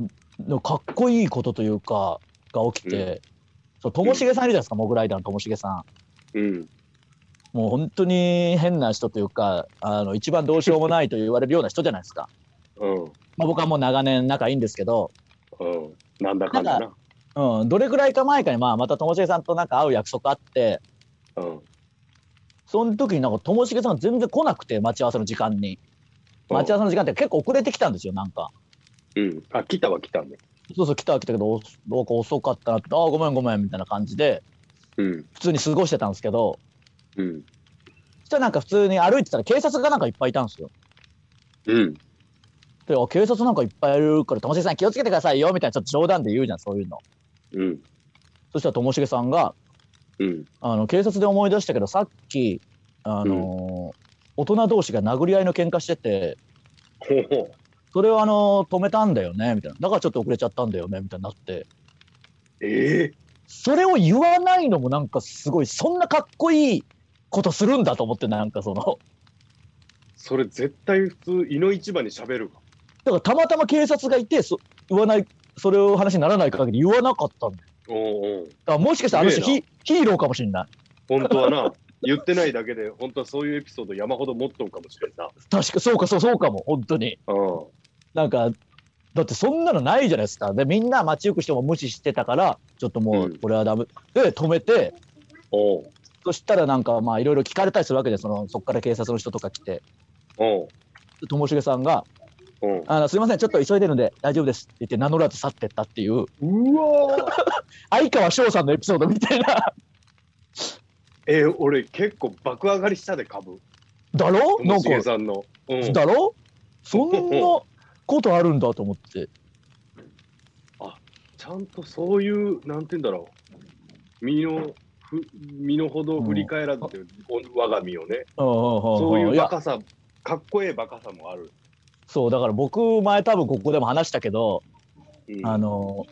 [SPEAKER 2] んかっこいいことというかが起きて、そうともしげさんいるじゃないですか。モグライダーのともしげさん。
[SPEAKER 3] うん。
[SPEAKER 2] もう本当に変な人というか、あの一番どうしようもないと言われるような人じゃないですか。
[SPEAKER 3] うん。
[SPEAKER 2] まあ、僕はもう長年仲いいんですけど、
[SPEAKER 3] うん。なんだかんだな。
[SPEAKER 2] うん、どれくらいか前かに、まあ、またともしげさんとなんか会う約束あって、
[SPEAKER 3] うん。
[SPEAKER 2] その時になんかともしげさんが全然来なくて、待ち合わせの時間に。待ち合わせの時間って結構遅れてきたんですよ、なんか。
[SPEAKER 3] うん。あ、来たわ、来たね。
[SPEAKER 2] そうそう、来たは来たけど、おなんか遅かったなって、ああ、ごめんごめんみたいな感じで、
[SPEAKER 3] うん。
[SPEAKER 2] 普通に過ごしてたんですけど、
[SPEAKER 3] うん。
[SPEAKER 2] そしたらなんか普通に歩いてたら警察がなんかいっぱいいたんですよ。
[SPEAKER 3] うん。
[SPEAKER 2] で、あ警察なんかいっぱいいるから、ともしげさん気をつけてくださいよみたいな、ちょっと冗談で言うじゃん、そういうの。
[SPEAKER 3] うん。
[SPEAKER 2] そしたらともしげさんが、
[SPEAKER 3] うん。
[SPEAKER 2] あの警察で思い出したけどさっきあのー、大人同士が殴り合いの喧嘩してて
[SPEAKER 3] ほうほ
[SPEAKER 2] それをあのー止めたんだよねみたいなだからちょっと遅れちゃったんだよねみたいになって
[SPEAKER 3] う。ええ
[SPEAKER 2] それを言わないのもなんかすごいそんなかっこいいことするんだと思ってなんかその
[SPEAKER 3] それ絶対普通、いの一番に喋るわ。
[SPEAKER 2] だからたまたま警察がいてそ言わないそれを話にならない限り言わなかったんだよ
[SPEAKER 3] おうおう。
[SPEAKER 2] だからもしかしたらあの人
[SPEAKER 3] すげえ
[SPEAKER 2] ヒヒーローかもしれない
[SPEAKER 3] 本当はな、言ってないだけで、本当はそういうエピソード山ほど持っとんかもしれんな。
[SPEAKER 2] 確かそうかそうそうかも本当に
[SPEAKER 3] うん。
[SPEAKER 2] なんか、だってそんなのないじゃないですか。で、みんな街行く人も無視してたから、ちょっとも
[SPEAKER 3] う
[SPEAKER 2] うんこれはダメ。で、止めて、
[SPEAKER 3] おう。
[SPEAKER 2] そしたらなんか、まあ、いろいろ聞かれたりするわけで、その、そこから警察の人とか来て、
[SPEAKER 3] おう。
[SPEAKER 2] でともしげさんが、
[SPEAKER 3] おう。
[SPEAKER 2] あの、すいません、ちょっと急いでるんで大丈夫ですって言って名乗らず去ってったっていう、
[SPEAKER 3] うわー
[SPEAKER 2] 相川翔さんのエピソードみたいな、
[SPEAKER 3] え俺結構爆上がりしたで株
[SPEAKER 2] だろ
[SPEAKER 3] と
[SPEAKER 2] なん
[SPEAKER 3] もし
[SPEAKER 2] か
[SPEAKER 3] げ、さんの、うん、
[SPEAKER 2] だろそんなことあるんだと思って。
[SPEAKER 3] ちゃんとそういうなんて言うんだろう身のふ身の程振り返らずという、お我が身をね、
[SPEAKER 2] うんうん
[SPEAKER 3] そう
[SPEAKER 2] うん
[SPEAKER 3] い
[SPEAKER 2] うん。
[SPEAKER 3] う
[SPEAKER 2] い
[SPEAKER 3] いバ
[SPEAKER 2] や、
[SPEAKER 3] カさかっこええバカさもある、
[SPEAKER 2] そう、だから僕、前多分ここでも話したけど、
[SPEAKER 3] うん
[SPEAKER 2] あの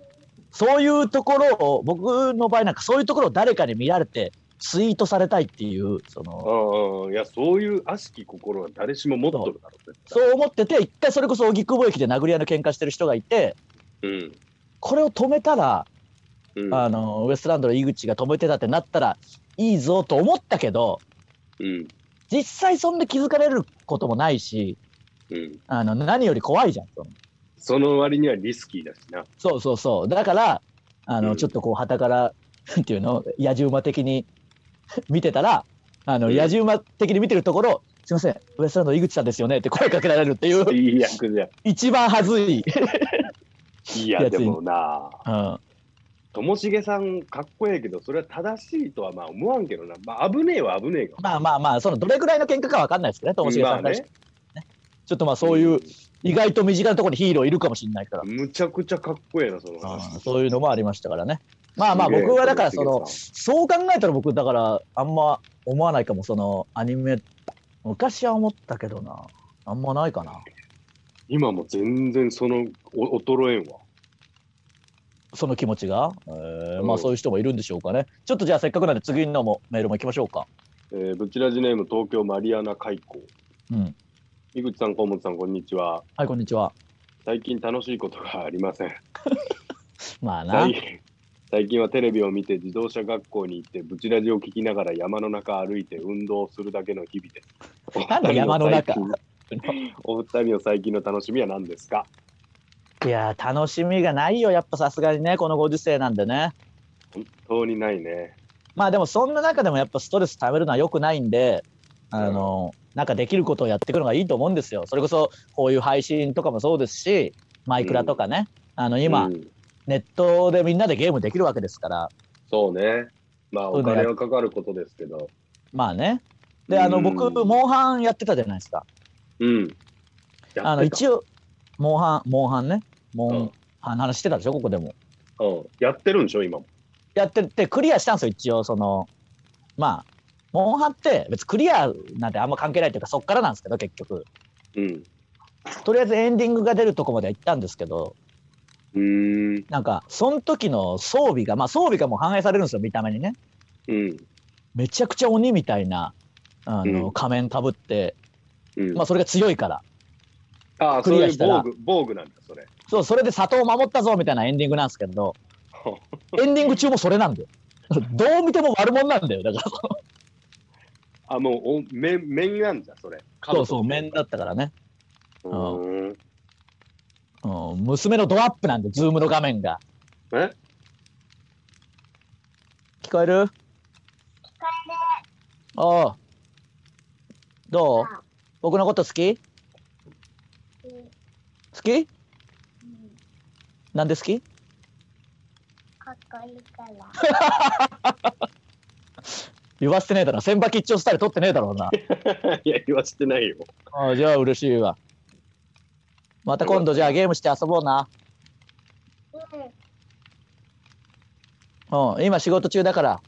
[SPEAKER 2] そういうところを僕の場合なんかそういうところを誰かに見られてツイートされたいっていう、その、
[SPEAKER 3] ああ、いや、そういう悪しき心は誰しも持っとるだろうね。
[SPEAKER 2] そう思ってて、一回それこそ荻窪駅で殴り合いの喧嘩してる人がいて、
[SPEAKER 3] うん。
[SPEAKER 2] これを止めたら、
[SPEAKER 3] うん。
[SPEAKER 2] あの、ウエストランドの井口が止めてたってなったら、いいぞと思ったけど、
[SPEAKER 3] うん。
[SPEAKER 2] 実際そんな気づかれることもないし、
[SPEAKER 3] うん。
[SPEAKER 2] あの、何より怖いじゃん。その
[SPEAKER 3] その割にはリスキーだしな。
[SPEAKER 2] そうそうそう。だから、あの、
[SPEAKER 3] うん
[SPEAKER 2] ちょっとこう、旗から、なんていうの、野じ馬的に 見てたら、あの、
[SPEAKER 3] うん
[SPEAKER 2] 野じ馬的に見てるところ、すいません、ウエストランド井口さんですよねって声かけられるっていう、
[SPEAKER 3] いい役じゃ。
[SPEAKER 2] 一番恥ずい。
[SPEAKER 3] いや、でもな、
[SPEAKER 2] うん。
[SPEAKER 3] ともしげさん、かっこええけど、それは正しいとはまあ思わんけどな。まあ、危ねえは危ねえが。
[SPEAKER 2] まあまあまあ、その、どれぐらいの喧嘩かわかんないですけどね、ともしげさんが、
[SPEAKER 3] まあね。
[SPEAKER 2] ちょっとまあ、そういう、
[SPEAKER 3] ん
[SPEAKER 2] 意外と身近なところにヒーローいるかもしれないから、
[SPEAKER 3] むちゃくちゃかっこええな、その
[SPEAKER 2] あ
[SPEAKER 3] 話
[SPEAKER 2] ー。そういうのもありましたからね。まあまあ、
[SPEAKER 3] すげえ
[SPEAKER 2] 僕はだから、その
[SPEAKER 3] とも、し
[SPEAKER 2] そう考えたら僕、だから、あんま思わないかも、その、アニメ、昔は思ったけどな。あんまないかな。
[SPEAKER 3] げさん今も全然その、お衰えんわ。
[SPEAKER 2] その気持ちが。えー
[SPEAKER 3] うん
[SPEAKER 2] まあ、そういう人もいるんでしょうかね。ちょっとじゃあ、せっかくなんで、次のもメールも行きましょうか。
[SPEAKER 3] えー、ブチラジネーム東京マリアナ海溝。
[SPEAKER 2] うん。
[SPEAKER 3] 井口さん、河本さん、こんにちは。
[SPEAKER 2] はい、こんにちは。
[SPEAKER 3] 最近楽しいことがありません。
[SPEAKER 2] まあな。
[SPEAKER 3] 最最近はテレビを見て自動車学校に行ってブチラジを聞きながら山の中歩いて運動するだけの日々です。
[SPEAKER 2] なんだ山の中
[SPEAKER 3] お二人の最近お二人の最近の楽しみは何ですか
[SPEAKER 2] いやー、楽しみがないよ。やっぱさすがにね、このご時世なんでね。
[SPEAKER 3] 本当にないね。
[SPEAKER 2] まあでも、そんな中でもやっぱストレス溜めるのは良くないんで、あの、なんかできることをやっていくのがいいと思うんですよ。それこそ、こういう配信とかもそうですし、マイクラとかね。あの、今、
[SPEAKER 3] うん
[SPEAKER 2] ネットでみんなでゲームできるわけですから、
[SPEAKER 3] そうね。まあ
[SPEAKER 2] そう
[SPEAKER 3] お
[SPEAKER 2] だよ
[SPEAKER 3] 金はかかることですけど。
[SPEAKER 2] まあね。で、あの、
[SPEAKER 3] うん
[SPEAKER 2] 僕、モンハンやってたじゃないですか。
[SPEAKER 3] うん。
[SPEAKER 2] あの、一
[SPEAKER 3] 応。
[SPEAKER 2] 応、モンハン、モンハンね。モ
[SPEAKER 3] うん
[SPEAKER 2] ンハンの話してたでしょ、ここでも。
[SPEAKER 3] うんやってるんでしょ、今も。
[SPEAKER 2] やってて、クリアしたんですよ、一応、その、まあ、モンハンって別にクリアなんてあんま関係ないというか、そっからなんですけど、結局。
[SPEAKER 3] うん。
[SPEAKER 2] とりあえずエンディングが出るとこまでは行ったんですけど、
[SPEAKER 3] うーん。
[SPEAKER 2] なんか、その時の装備が、まあ装備がもう反映されるんですよ、見た目にね。
[SPEAKER 3] うん。
[SPEAKER 2] めちゃくちゃ鬼みたいな、あ
[SPEAKER 3] う
[SPEAKER 2] の、
[SPEAKER 3] ん
[SPEAKER 2] 仮面かぶって、
[SPEAKER 3] うん。
[SPEAKER 2] まあそれが強いから。
[SPEAKER 3] ああ、
[SPEAKER 2] ク
[SPEAKER 3] そう
[SPEAKER 2] リア
[SPEAKER 3] いう
[SPEAKER 2] したら
[SPEAKER 3] 防具、防具なんだ、それ。
[SPEAKER 2] そう、それで里を守ったぞみたいなエンディングなんですけ ど、エンディング中もそれなんだよ。どう見ても悪者なんだよ。だから、
[SPEAKER 3] あ、もう、お面、面なんだ、それ。
[SPEAKER 2] そうそう、面だったからね。
[SPEAKER 3] うーん。
[SPEAKER 2] うん、娘のドアップなんで、ズームの画面が。
[SPEAKER 3] え
[SPEAKER 2] 聞こえるおう。どう僕のこと好き好きなんで好き
[SPEAKER 4] こいいから。
[SPEAKER 2] 言わせてねえだろ。千葉吉兆スタイル取ってねえだろうな。
[SPEAKER 3] いや、言わしてないよ。
[SPEAKER 2] ああじゃあ嬉しいわ。また今度じゃあゲームして遊ぼうな。
[SPEAKER 4] う
[SPEAKER 2] うん、今仕事中だから。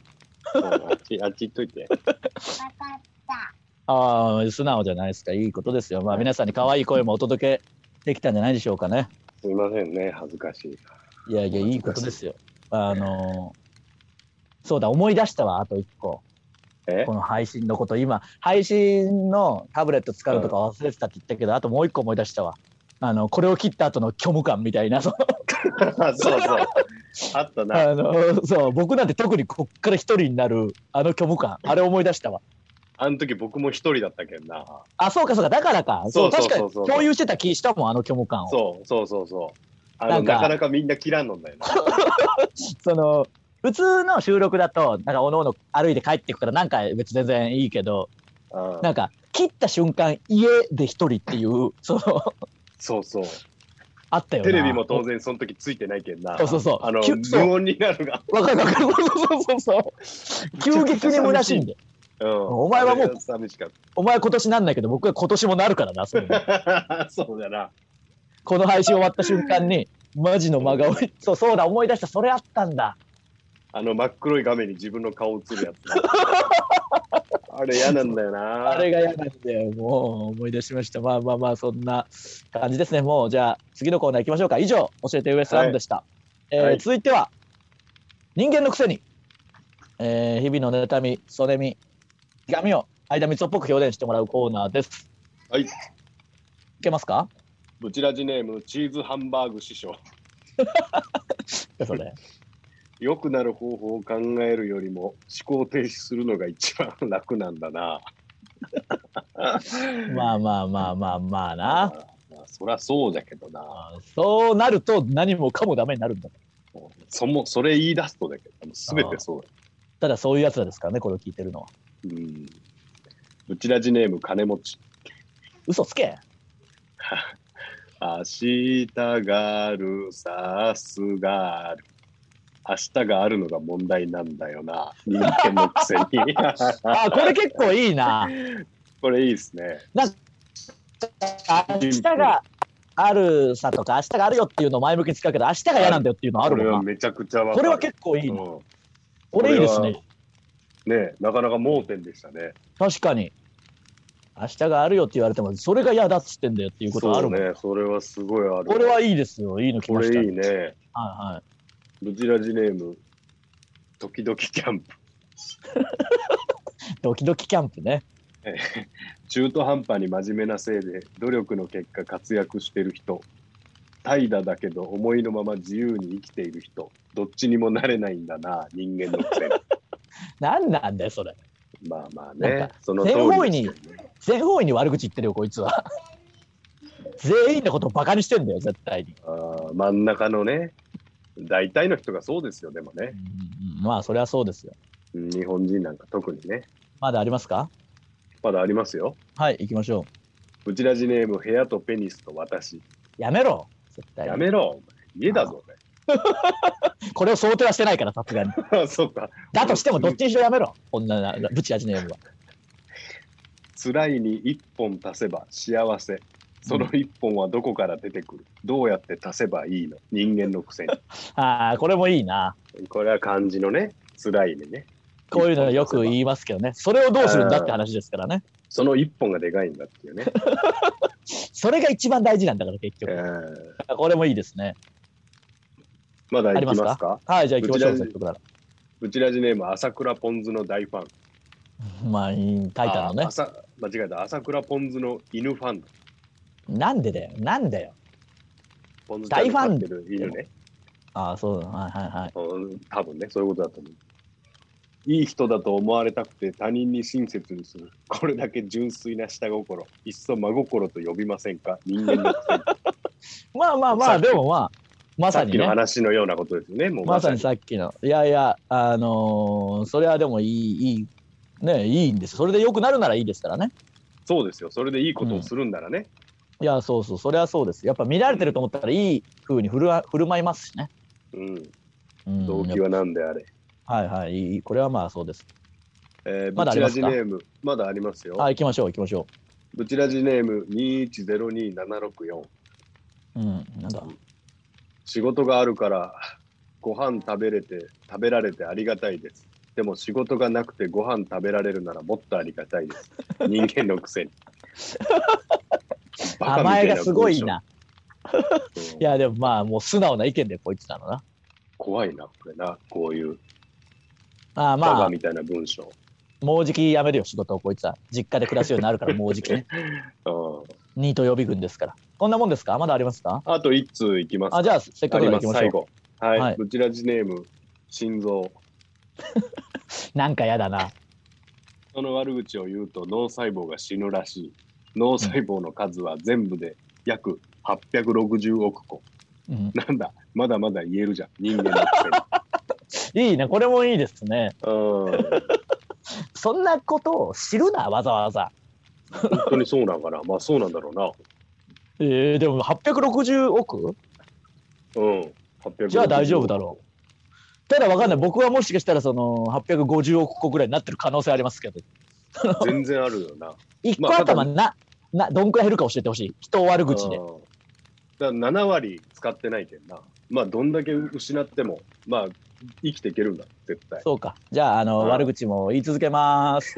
[SPEAKER 3] あっち、あっち行っといて。
[SPEAKER 4] ん、わかった。
[SPEAKER 2] ああ、素直じゃないですか。いいことですよ。まあ、皆さんに可愛い声もお届けできたんじゃないでしょうかね。
[SPEAKER 3] すいませんね、恥ずかしい。
[SPEAKER 2] いやいや、いいことですよ。あのーそうだ、思い出したわ、あと一個。
[SPEAKER 3] え
[SPEAKER 2] この配信のこと。今、配信のタブレット使うとか忘れてたって言ったけど、あともう一個思い出したわ。あの、これを切った後の虚無感みたいな。その
[SPEAKER 3] そうそう。あったな。
[SPEAKER 2] あの、そう、僕なんて特にこっから一人になる、あの虚無感。あれ思い出したわ。
[SPEAKER 3] あの時僕も一人だったけんな。
[SPEAKER 2] あ、そうかそうか、だからか。そう、
[SPEAKER 3] そう
[SPEAKER 2] 確
[SPEAKER 3] そうそう
[SPEAKER 2] か
[SPEAKER 3] そう
[SPEAKER 2] に共有してた気したもん、あの虚無感を。
[SPEAKER 3] そうそうそうそう。あ
[SPEAKER 2] な
[SPEAKER 3] の
[SPEAKER 2] んか
[SPEAKER 3] なかなかみんな切らんのんだよな。
[SPEAKER 2] その普通の収録だとなんかおのおの歩いて帰っていくからなんか別に全然いいけど
[SPEAKER 3] うん
[SPEAKER 2] なんか切った瞬間家で一人っていうその
[SPEAKER 3] そうそう。
[SPEAKER 2] あったよな
[SPEAKER 3] テレビも当然その時ついてないけんな。
[SPEAKER 2] そうそうそう
[SPEAKER 3] あの、
[SPEAKER 2] きゅそう
[SPEAKER 3] 無音になるが。
[SPEAKER 2] わかるわかるそうそうそう急激に虚しいんで
[SPEAKER 3] うん。
[SPEAKER 2] お前はもう
[SPEAKER 3] あれが寂しかっ
[SPEAKER 2] お前今年なんないけど僕は今年もなるからなそれ
[SPEAKER 3] た。 そうだな。
[SPEAKER 2] この配信終わった瞬間にマジの真顔にそうそうだ思い出したそれあったんだ
[SPEAKER 3] あの真っ黒い画面に自分の顔映 るやつな。あれ嫌なんだよな。
[SPEAKER 2] あれが嫌なんでもう思い出しましたまあまあまあそんな感じですねもうじゃあ次のコーナー行きましょうか以上教えてウエストランドでした、えー
[SPEAKER 3] はい
[SPEAKER 2] 続いては人間のくせにえー日々の妬み、それみ、ひがみを間三つをっぽく表現してもらうコーナーです。
[SPEAKER 3] はい
[SPEAKER 2] いけますか
[SPEAKER 3] ブチラジネーム、チーズハンバーグ師匠。
[SPEAKER 2] それ。
[SPEAKER 3] 良くなる方法を考えるよりも思考停止するのが一番楽なんだな。
[SPEAKER 2] まあまあまあまあまあな。
[SPEAKER 3] まあそりゃそうだけどな。
[SPEAKER 2] そうなると何もかもダメになるんだ。
[SPEAKER 3] そもそれ言い出すとだけど、すべてそうだ。
[SPEAKER 2] ただそういうやつらですからね、これを聞いてるのは。
[SPEAKER 3] うん。ブチラジネーム、金持ち。
[SPEAKER 2] 嘘つけ
[SPEAKER 3] 明日がある、さすがある。明日があるのが問題なんだよな。人間の くせに。
[SPEAKER 2] あ、これ結構いいな。
[SPEAKER 3] これいいですね。
[SPEAKER 2] 明日があるさとか、明日があるよっていうのを前向きに使うけど、明日が嫌なんだよっていうのはあ
[SPEAKER 3] こ
[SPEAKER 2] る
[SPEAKER 3] れ
[SPEAKER 2] も
[SPEAKER 3] は
[SPEAKER 2] んな。
[SPEAKER 3] めちゃくちゃわか
[SPEAKER 2] こ
[SPEAKER 3] る。
[SPEAKER 2] れは結構いいな。
[SPEAKER 3] うん
[SPEAKER 2] これいいですね。
[SPEAKER 3] ねえなかなか盲点でしたね。
[SPEAKER 2] 確かに。明日があるよって言われても、それが嫌だっつってんだよっていうことはあるもん。
[SPEAKER 3] そうね、それはすごいある。
[SPEAKER 2] これはいいですよ。いいの来
[SPEAKER 3] こ
[SPEAKER 2] ました。
[SPEAKER 3] れい
[SPEAKER 2] はい
[SPEAKER 3] ね。
[SPEAKER 2] いはい。
[SPEAKER 3] ブチラジネーム、時々キャンプ。
[SPEAKER 2] ドキドキキャンプね。
[SPEAKER 3] 中途半端に真面目なせいで、努力の結果活躍してる人。怠惰だけど思いのまま自由に生きている人。どっちにもなれないんだな、人間のく せ
[SPEAKER 2] なんなんだよ、それ。
[SPEAKER 3] に。まあまあ
[SPEAKER 2] なん
[SPEAKER 3] ね
[SPEAKER 2] か、
[SPEAKER 3] その通りですよね、
[SPEAKER 2] 全方位に悪口言ってるよ、こいつは。 全員のことをバカにしてんだよ、絶対に。
[SPEAKER 3] あー真ん中のね、大体の人がそうですよ、でもね。
[SPEAKER 2] うんうんまあ、それはそうですよ。
[SPEAKER 3] うん日本人なんか特にね。
[SPEAKER 2] まだありますか
[SPEAKER 3] まだありますよ。
[SPEAKER 2] はい、行きましょ
[SPEAKER 3] ブチラジネーム、部屋とペニスと私。
[SPEAKER 2] う。やめろ。絶対に
[SPEAKER 3] やめろ、お前家だぞ、
[SPEAKER 2] これを想定はしてないから、さすがに。
[SPEAKER 3] お前 あそうか。
[SPEAKER 2] だとしても、どっちにしろやめろ。こんなな、ぶち味のやつは。
[SPEAKER 3] 辛いに一本足せば幸せ。その一本はどこから出てくる、どうやって足せばいいの人間のくせ
[SPEAKER 2] ああ、これもいいな。
[SPEAKER 3] に。 これは漢字のね、辛いにね。
[SPEAKER 2] こういうのよく言いますけどね。それをどうするんだって話ですからね。
[SPEAKER 3] その一本がでかいんだっていう ね。
[SPEAKER 2] それが一番大事なんだから、結
[SPEAKER 3] え
[SPEAKER 2] 局。
[SPEAKER 3] ー
[SPEAKER 2] これもいいですね。
[SPEAKER 3] まだいきます
[SPEAKER 2] あります
[SPEAKER 3] か
[SPEAKER 2] はい、じゃあ行きましょう、
[SPEAKER 3] ぶち
[SPEAKER 2] せ
[SPEAKER 3] 味
[SPEAKER 2] っかくだか
[SPEAKER 3] ブチラジネーム、朝倉ポンズの大ファン。
[SPEAKER 2] ら。まあ、いいタイタンのね。
[SPEAKER 3] あ朝間違えた、朝倉ポンズの犬ファン。
[SPEAKER 2] なんでだよ、なんだよ。
[SPEAKER 3] ポンズちゃんが飼ってる犬ね。
[SPEAKER 2] ああ、そうだ、はいはいはい。
[SPEAKER 3] うん多分ね、そういうことだと思う。いい人だと思われたくて他人に親切にする。これだけ純粋な下心。いっそ真心と呼びませんか 人間のくせに
[SPEAKER 2] まあまあま
[SPEAKER 3] さ
[SPEAKER 2] あ、
[SPEAKER 3] っき
[SPEAKER 2] でもまあ、ま
[SPEAKER 3] さ
[SPEAKER 2] さ
[SPEAKER 3] っ
[SPEAKER 2] に
[SPEAKER 3] きの
[SPEAKER 2] ね。
[SPEAKER 3] 話のようなことですよね。もう
[SPEAKER 2] まさにさっきの。いやいや、あのーそれはでもいい、いい、ね、いいんです。それで良くなるならいいですからね。
[SPEAKER 3] そうですよ。それでいいことをするんならね。
[SPEAKER 2] いや、そうそう、それはそうです。やっぱ見られてると思ったら、いい風に振るわ振る舞いますしね。
[SPEAKER 3] うん。
[SPEAKER 2] うん、
[SPEAKER 3] 動機は何であれ。
[SPEAKER 2] はいはいいい、これはまあそうです。
[SPEAKER 3] えー、
[SPEAKER 2] ま
[SPEAKER 3] ブ
[SPEAKER 2] だあ
[SPEAKER 3] チ
[SPEAKER 2] りま
[SPEAKER 3] ラ
[SPEAKER 2] す
[SPEAKER 3] ジ
[SPEAKER 2] か
[SPEAKER 3] ネーム、まだありますよ。
[SPEAKER 2] あ、行きましょう、行きましょ
[SPEAKER 3] ブチラジネーム2102764。
[SPEAKER 2] う。うん、なんだ。
[SPEAKER 3] 仕事があるからご飯食べれて食べられてありがたいですでも仕事がなくてご飯食べられるならもっとありがたいです人間の くせにバカみ
[SPEAKER 2] 甘
[SPEAKER 3] た
[SPEAKER 2] え
[SPEAKER 3] いな
[SPEAKER 2] がすごい
[SPEAKER 3] 文章
[SPEAKER 2] な。
[SPEAKER 3] うん
[SPEAKER 2] いや、でもまあ、もう素直な意見でこいつなのな。
[SPEAKER 3] 怖いなこれなこういう
[SPEAKER 2] ああ
[SPEAKER 3] バ
[SPEAKER 2] ま
[SPEAKER 3] カ
[SPEAKER 2] あ、
[SPEAKER 3] みたいな文章、
[SPEAKER 2] もうじき辞めるよ、仕事をこいつは。実家で暮らすようになるから、もうじき ね。ニート予備軍ですから。こんなもんですかまだありますか
[SPEAKER 3] うん、あと一通いきます
[SPEAKER 2] あ、じゃあ、せっか
[SPEAKER 3] あ
[SPEAKER 2] く
[SPEAKER 3] り
[SPEAKER 2] だから
[SPEAKER 3] ま
[SPEAKER 2] 行き
[SPEAKER 3] す
[SPEAKER 2] ましょう。
[SPEAKER 3] 最後はい、
[SPEAKER 2] はい
[SPEAKER 3] ブチラジネーム心臓
[SPEAKER 2] なんかやだな。
[SPEAKER 3] その悪口を言うと脳細胞が死ぬらしい脳細胞の数は全部で約860億個
[SPEAKER 2] うん、
[SPEAKER 3] なんだ、まだまだ言えるじゃん、人間だ
[SPEAKER 2] いいね、これもいいですね。
[SPEAKER 3] って。
[SPEAKER 2] そんなことを知るな、わざわざ。
[SPEAKER 3] 本当にそうなんかな、まあそうなんだろうな。
[SPEAKER 2] えー、でも860億
[SPEAKER 3] うん、860
[SPEAKER 2] じゃあ大丈夫だろう。ただわかんない。僕はもしかしたらその850億個ぐらいになってる可能性ありますけど。
[SPEAKER 3] 全然あるよな。
[SPEAKER 2] 一個
[SPEAKER 3] まあただ
[SPEAKER 2] 頭な、な、どんくらい減るか教えてほしい。人を悪口で
[SPEAKER 3] う。んだから7割使ってないけんな。まあどんだけ失っても、まあ生きていけるんだ、絶対。
[SPEAKER 2] そうか。じゃあ、あの、
[SPEAKER 3] うん
[SPEAKER 2] 悪口も言い続け ます。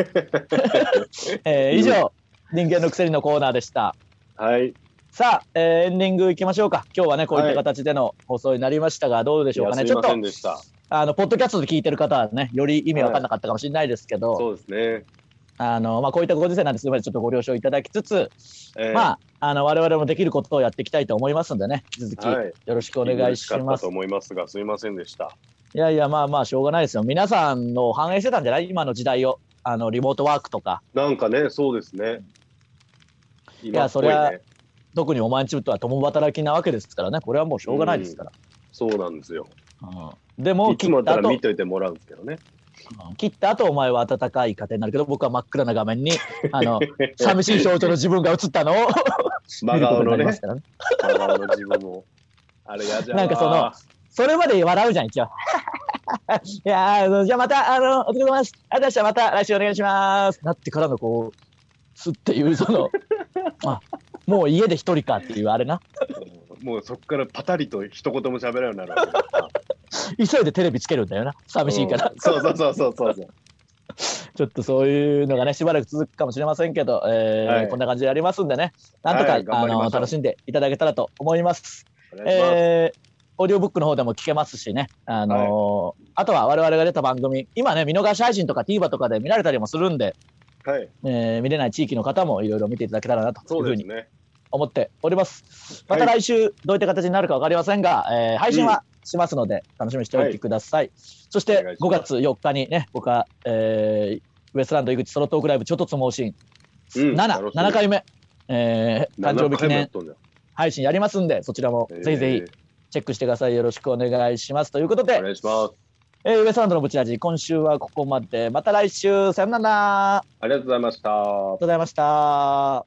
[SPEAKER 2] えー以上、人間のくせにのコーナーでした。
[SPEAKER 3] はい。
[SPEAKER 2] さあ、えーエンディングいきましょうか。今日はね、こういった
[SPEAKER 3] はい
[SPEAKER 2] 形での放送になりましたが、どうでしょうかね。
[SPEAKER 3] いや
[SPEAKER 2] ち
[SPEAKER 3] すい
[SPEAKER 2] ょっと
[SPEAKER 3] ません、でした。
[SPEAKER 2] あの、ポッドキャストで聞いてる方はね、より意味わかんなかったかもしれないですけど、
[SPEAKER 3] そうですね。
[SPEAKER 2] あの、まあ、こういったご時世なんですけど、ちょっとご了承いただきつつ、
[SPEAKER 3] えー
[SPEAKER 2] まあ、あの、我々もできることをやっていきたいと思いますんでね、引き続き
[SPEAKER 3] はい
[SPEAKER 2] よろしくお願いし
[SPEAKER 3] 聞て嬉か
[SPEAKER 2] ま
[SPEAKER 3] った
[SPEAKER 2] す
[SPEAKER 3] と。思いますが、すいませんでした。
[SPEAKER 2] いやいや、まあまあ、しょうがないですよ。皆さんの反映してたんじゃない今の時代を。あの、リモートワークとか。
[SPEAKER 3] なんかね、そうですね。今
[SPEAKER 2] い
[SPEAKER 3] っぽ
[SPEAKER 2] やそ
[SPEAKER 3] い
[SPEAKER 2] りゃ
[SPEAKER 3] ね。
[SPEAKER 2] 特にお前んちとは共働きなわけですからね。これはもうしょうがないですから。
[SPEAKER 3] そうなんですよ。
[SPEAKER 2] うんでも、
[SPEAKER 3] いつ
[SPEAKER 2] 切
[SPEAKER 3] も
[SPEAKER 2] っ
[SPEAKER 3] だ
[SPEAKER 2] た
[SPEAKER 3] ったら
[SPEAKER 2] 後
[SPEAKER 3] 見、といてもらうんですけどね。
[SPEAKER 2] うん切った後、お前は温かい家庭になるけど、僕は真っ暗な画面に、あ の、寂しい表情の自分が映ったのを
[SPEAKER 3] 真顔の
[SPEAKER 2] 見ることになりま
[SPEAKER 3] ね
[SPEAKER 2] す、からね。
[SPEAKER 3] 真顔の自分も。あれやじゃ
[SPEAKER 2] なんかそのそれまで笑うじゃん、一応。 いやーあのじゃあまた、あの、お疲れ様です。ありがとうございました。また来週お願いします。なってからのこう、すっていう、その、 あ、もう家で一人かっていう、あれな。
[SPEAKER 3] もうそこからパタリと一言も喋らなくなるわけだから。
[SPEAKER 2] 急いでテレビつけるんだよな。 寂しいから。
[SPEAKER 3] うんそうそうそうそうそうそう。
[SPEAKER 2] ちょっとそういうのがね、しばらく続くかもしれませんけど、えー
[SPEAKER 3] はい
[SPEAKER 2] こんな感じでやりますんでね、なんとか、
[SPEAKER 3] はい頑
[SPEAKER 2] あ
[SPEAKER 3] 張りましょ
[SPEAKER 2] の
[SPEAKER 3] う
[SPEAKER 2] 楽しんでいただけたらと思います。
[SPEAKER 3] お願いします。
[SPEAKER 2] えーオーディオブックの方でも聞けますしね、あのーあとは我々が出た番組、今ね、見逃し配信とか TVer とかで見られたりもするんで、
[SPEAKER 3] はい、
[SPEAKER 2] えー見れない地域の方もいろいろ見ていただけたらなとい
[SPEAKER 3] そうう
[SPEAKER 2] ふう
[SPEAKER 3] です
[SPEAKER 2] に
[SPEAKER 3] ね。
[SPEAKER 2] 思っております。また
[SPEAKER 3] は
[SPEAKER 2] 来週どういった形になるかわかりませんが、えー配信はしますので楽しみにしておいてください。そし
[SPEAKER 3] お願
[SPEAKER 2] て
[SPEAKER 3] いし
[SPEAKER 2] 5
[SPEAKER 3] ます
[SPEAKER 2] 月4日にね、僕は、えーウエストランド井口ソロトークライブちょっとつもうシーン
[SPEAKER 3] うん
[SPEAKER 2] 7、7回目、えー誕生日記念配信やりますんで、そちらもぜひぜひ
[SPEAKER 3] ひ。
[SPEAKER 2] チェックしてください。よろしくお願いします。ということ
[SPEAKER 3] えー
[SPEAKER 2] で
[SPEAKER 3] お、願いします。
[SPEAKER 2] えーウエストランドのブチラジ、今週はここまで。また来週、さよなら。ありが
[SPEAKER 3] ありがとうございました。
[SPEAKER 2] とうございました。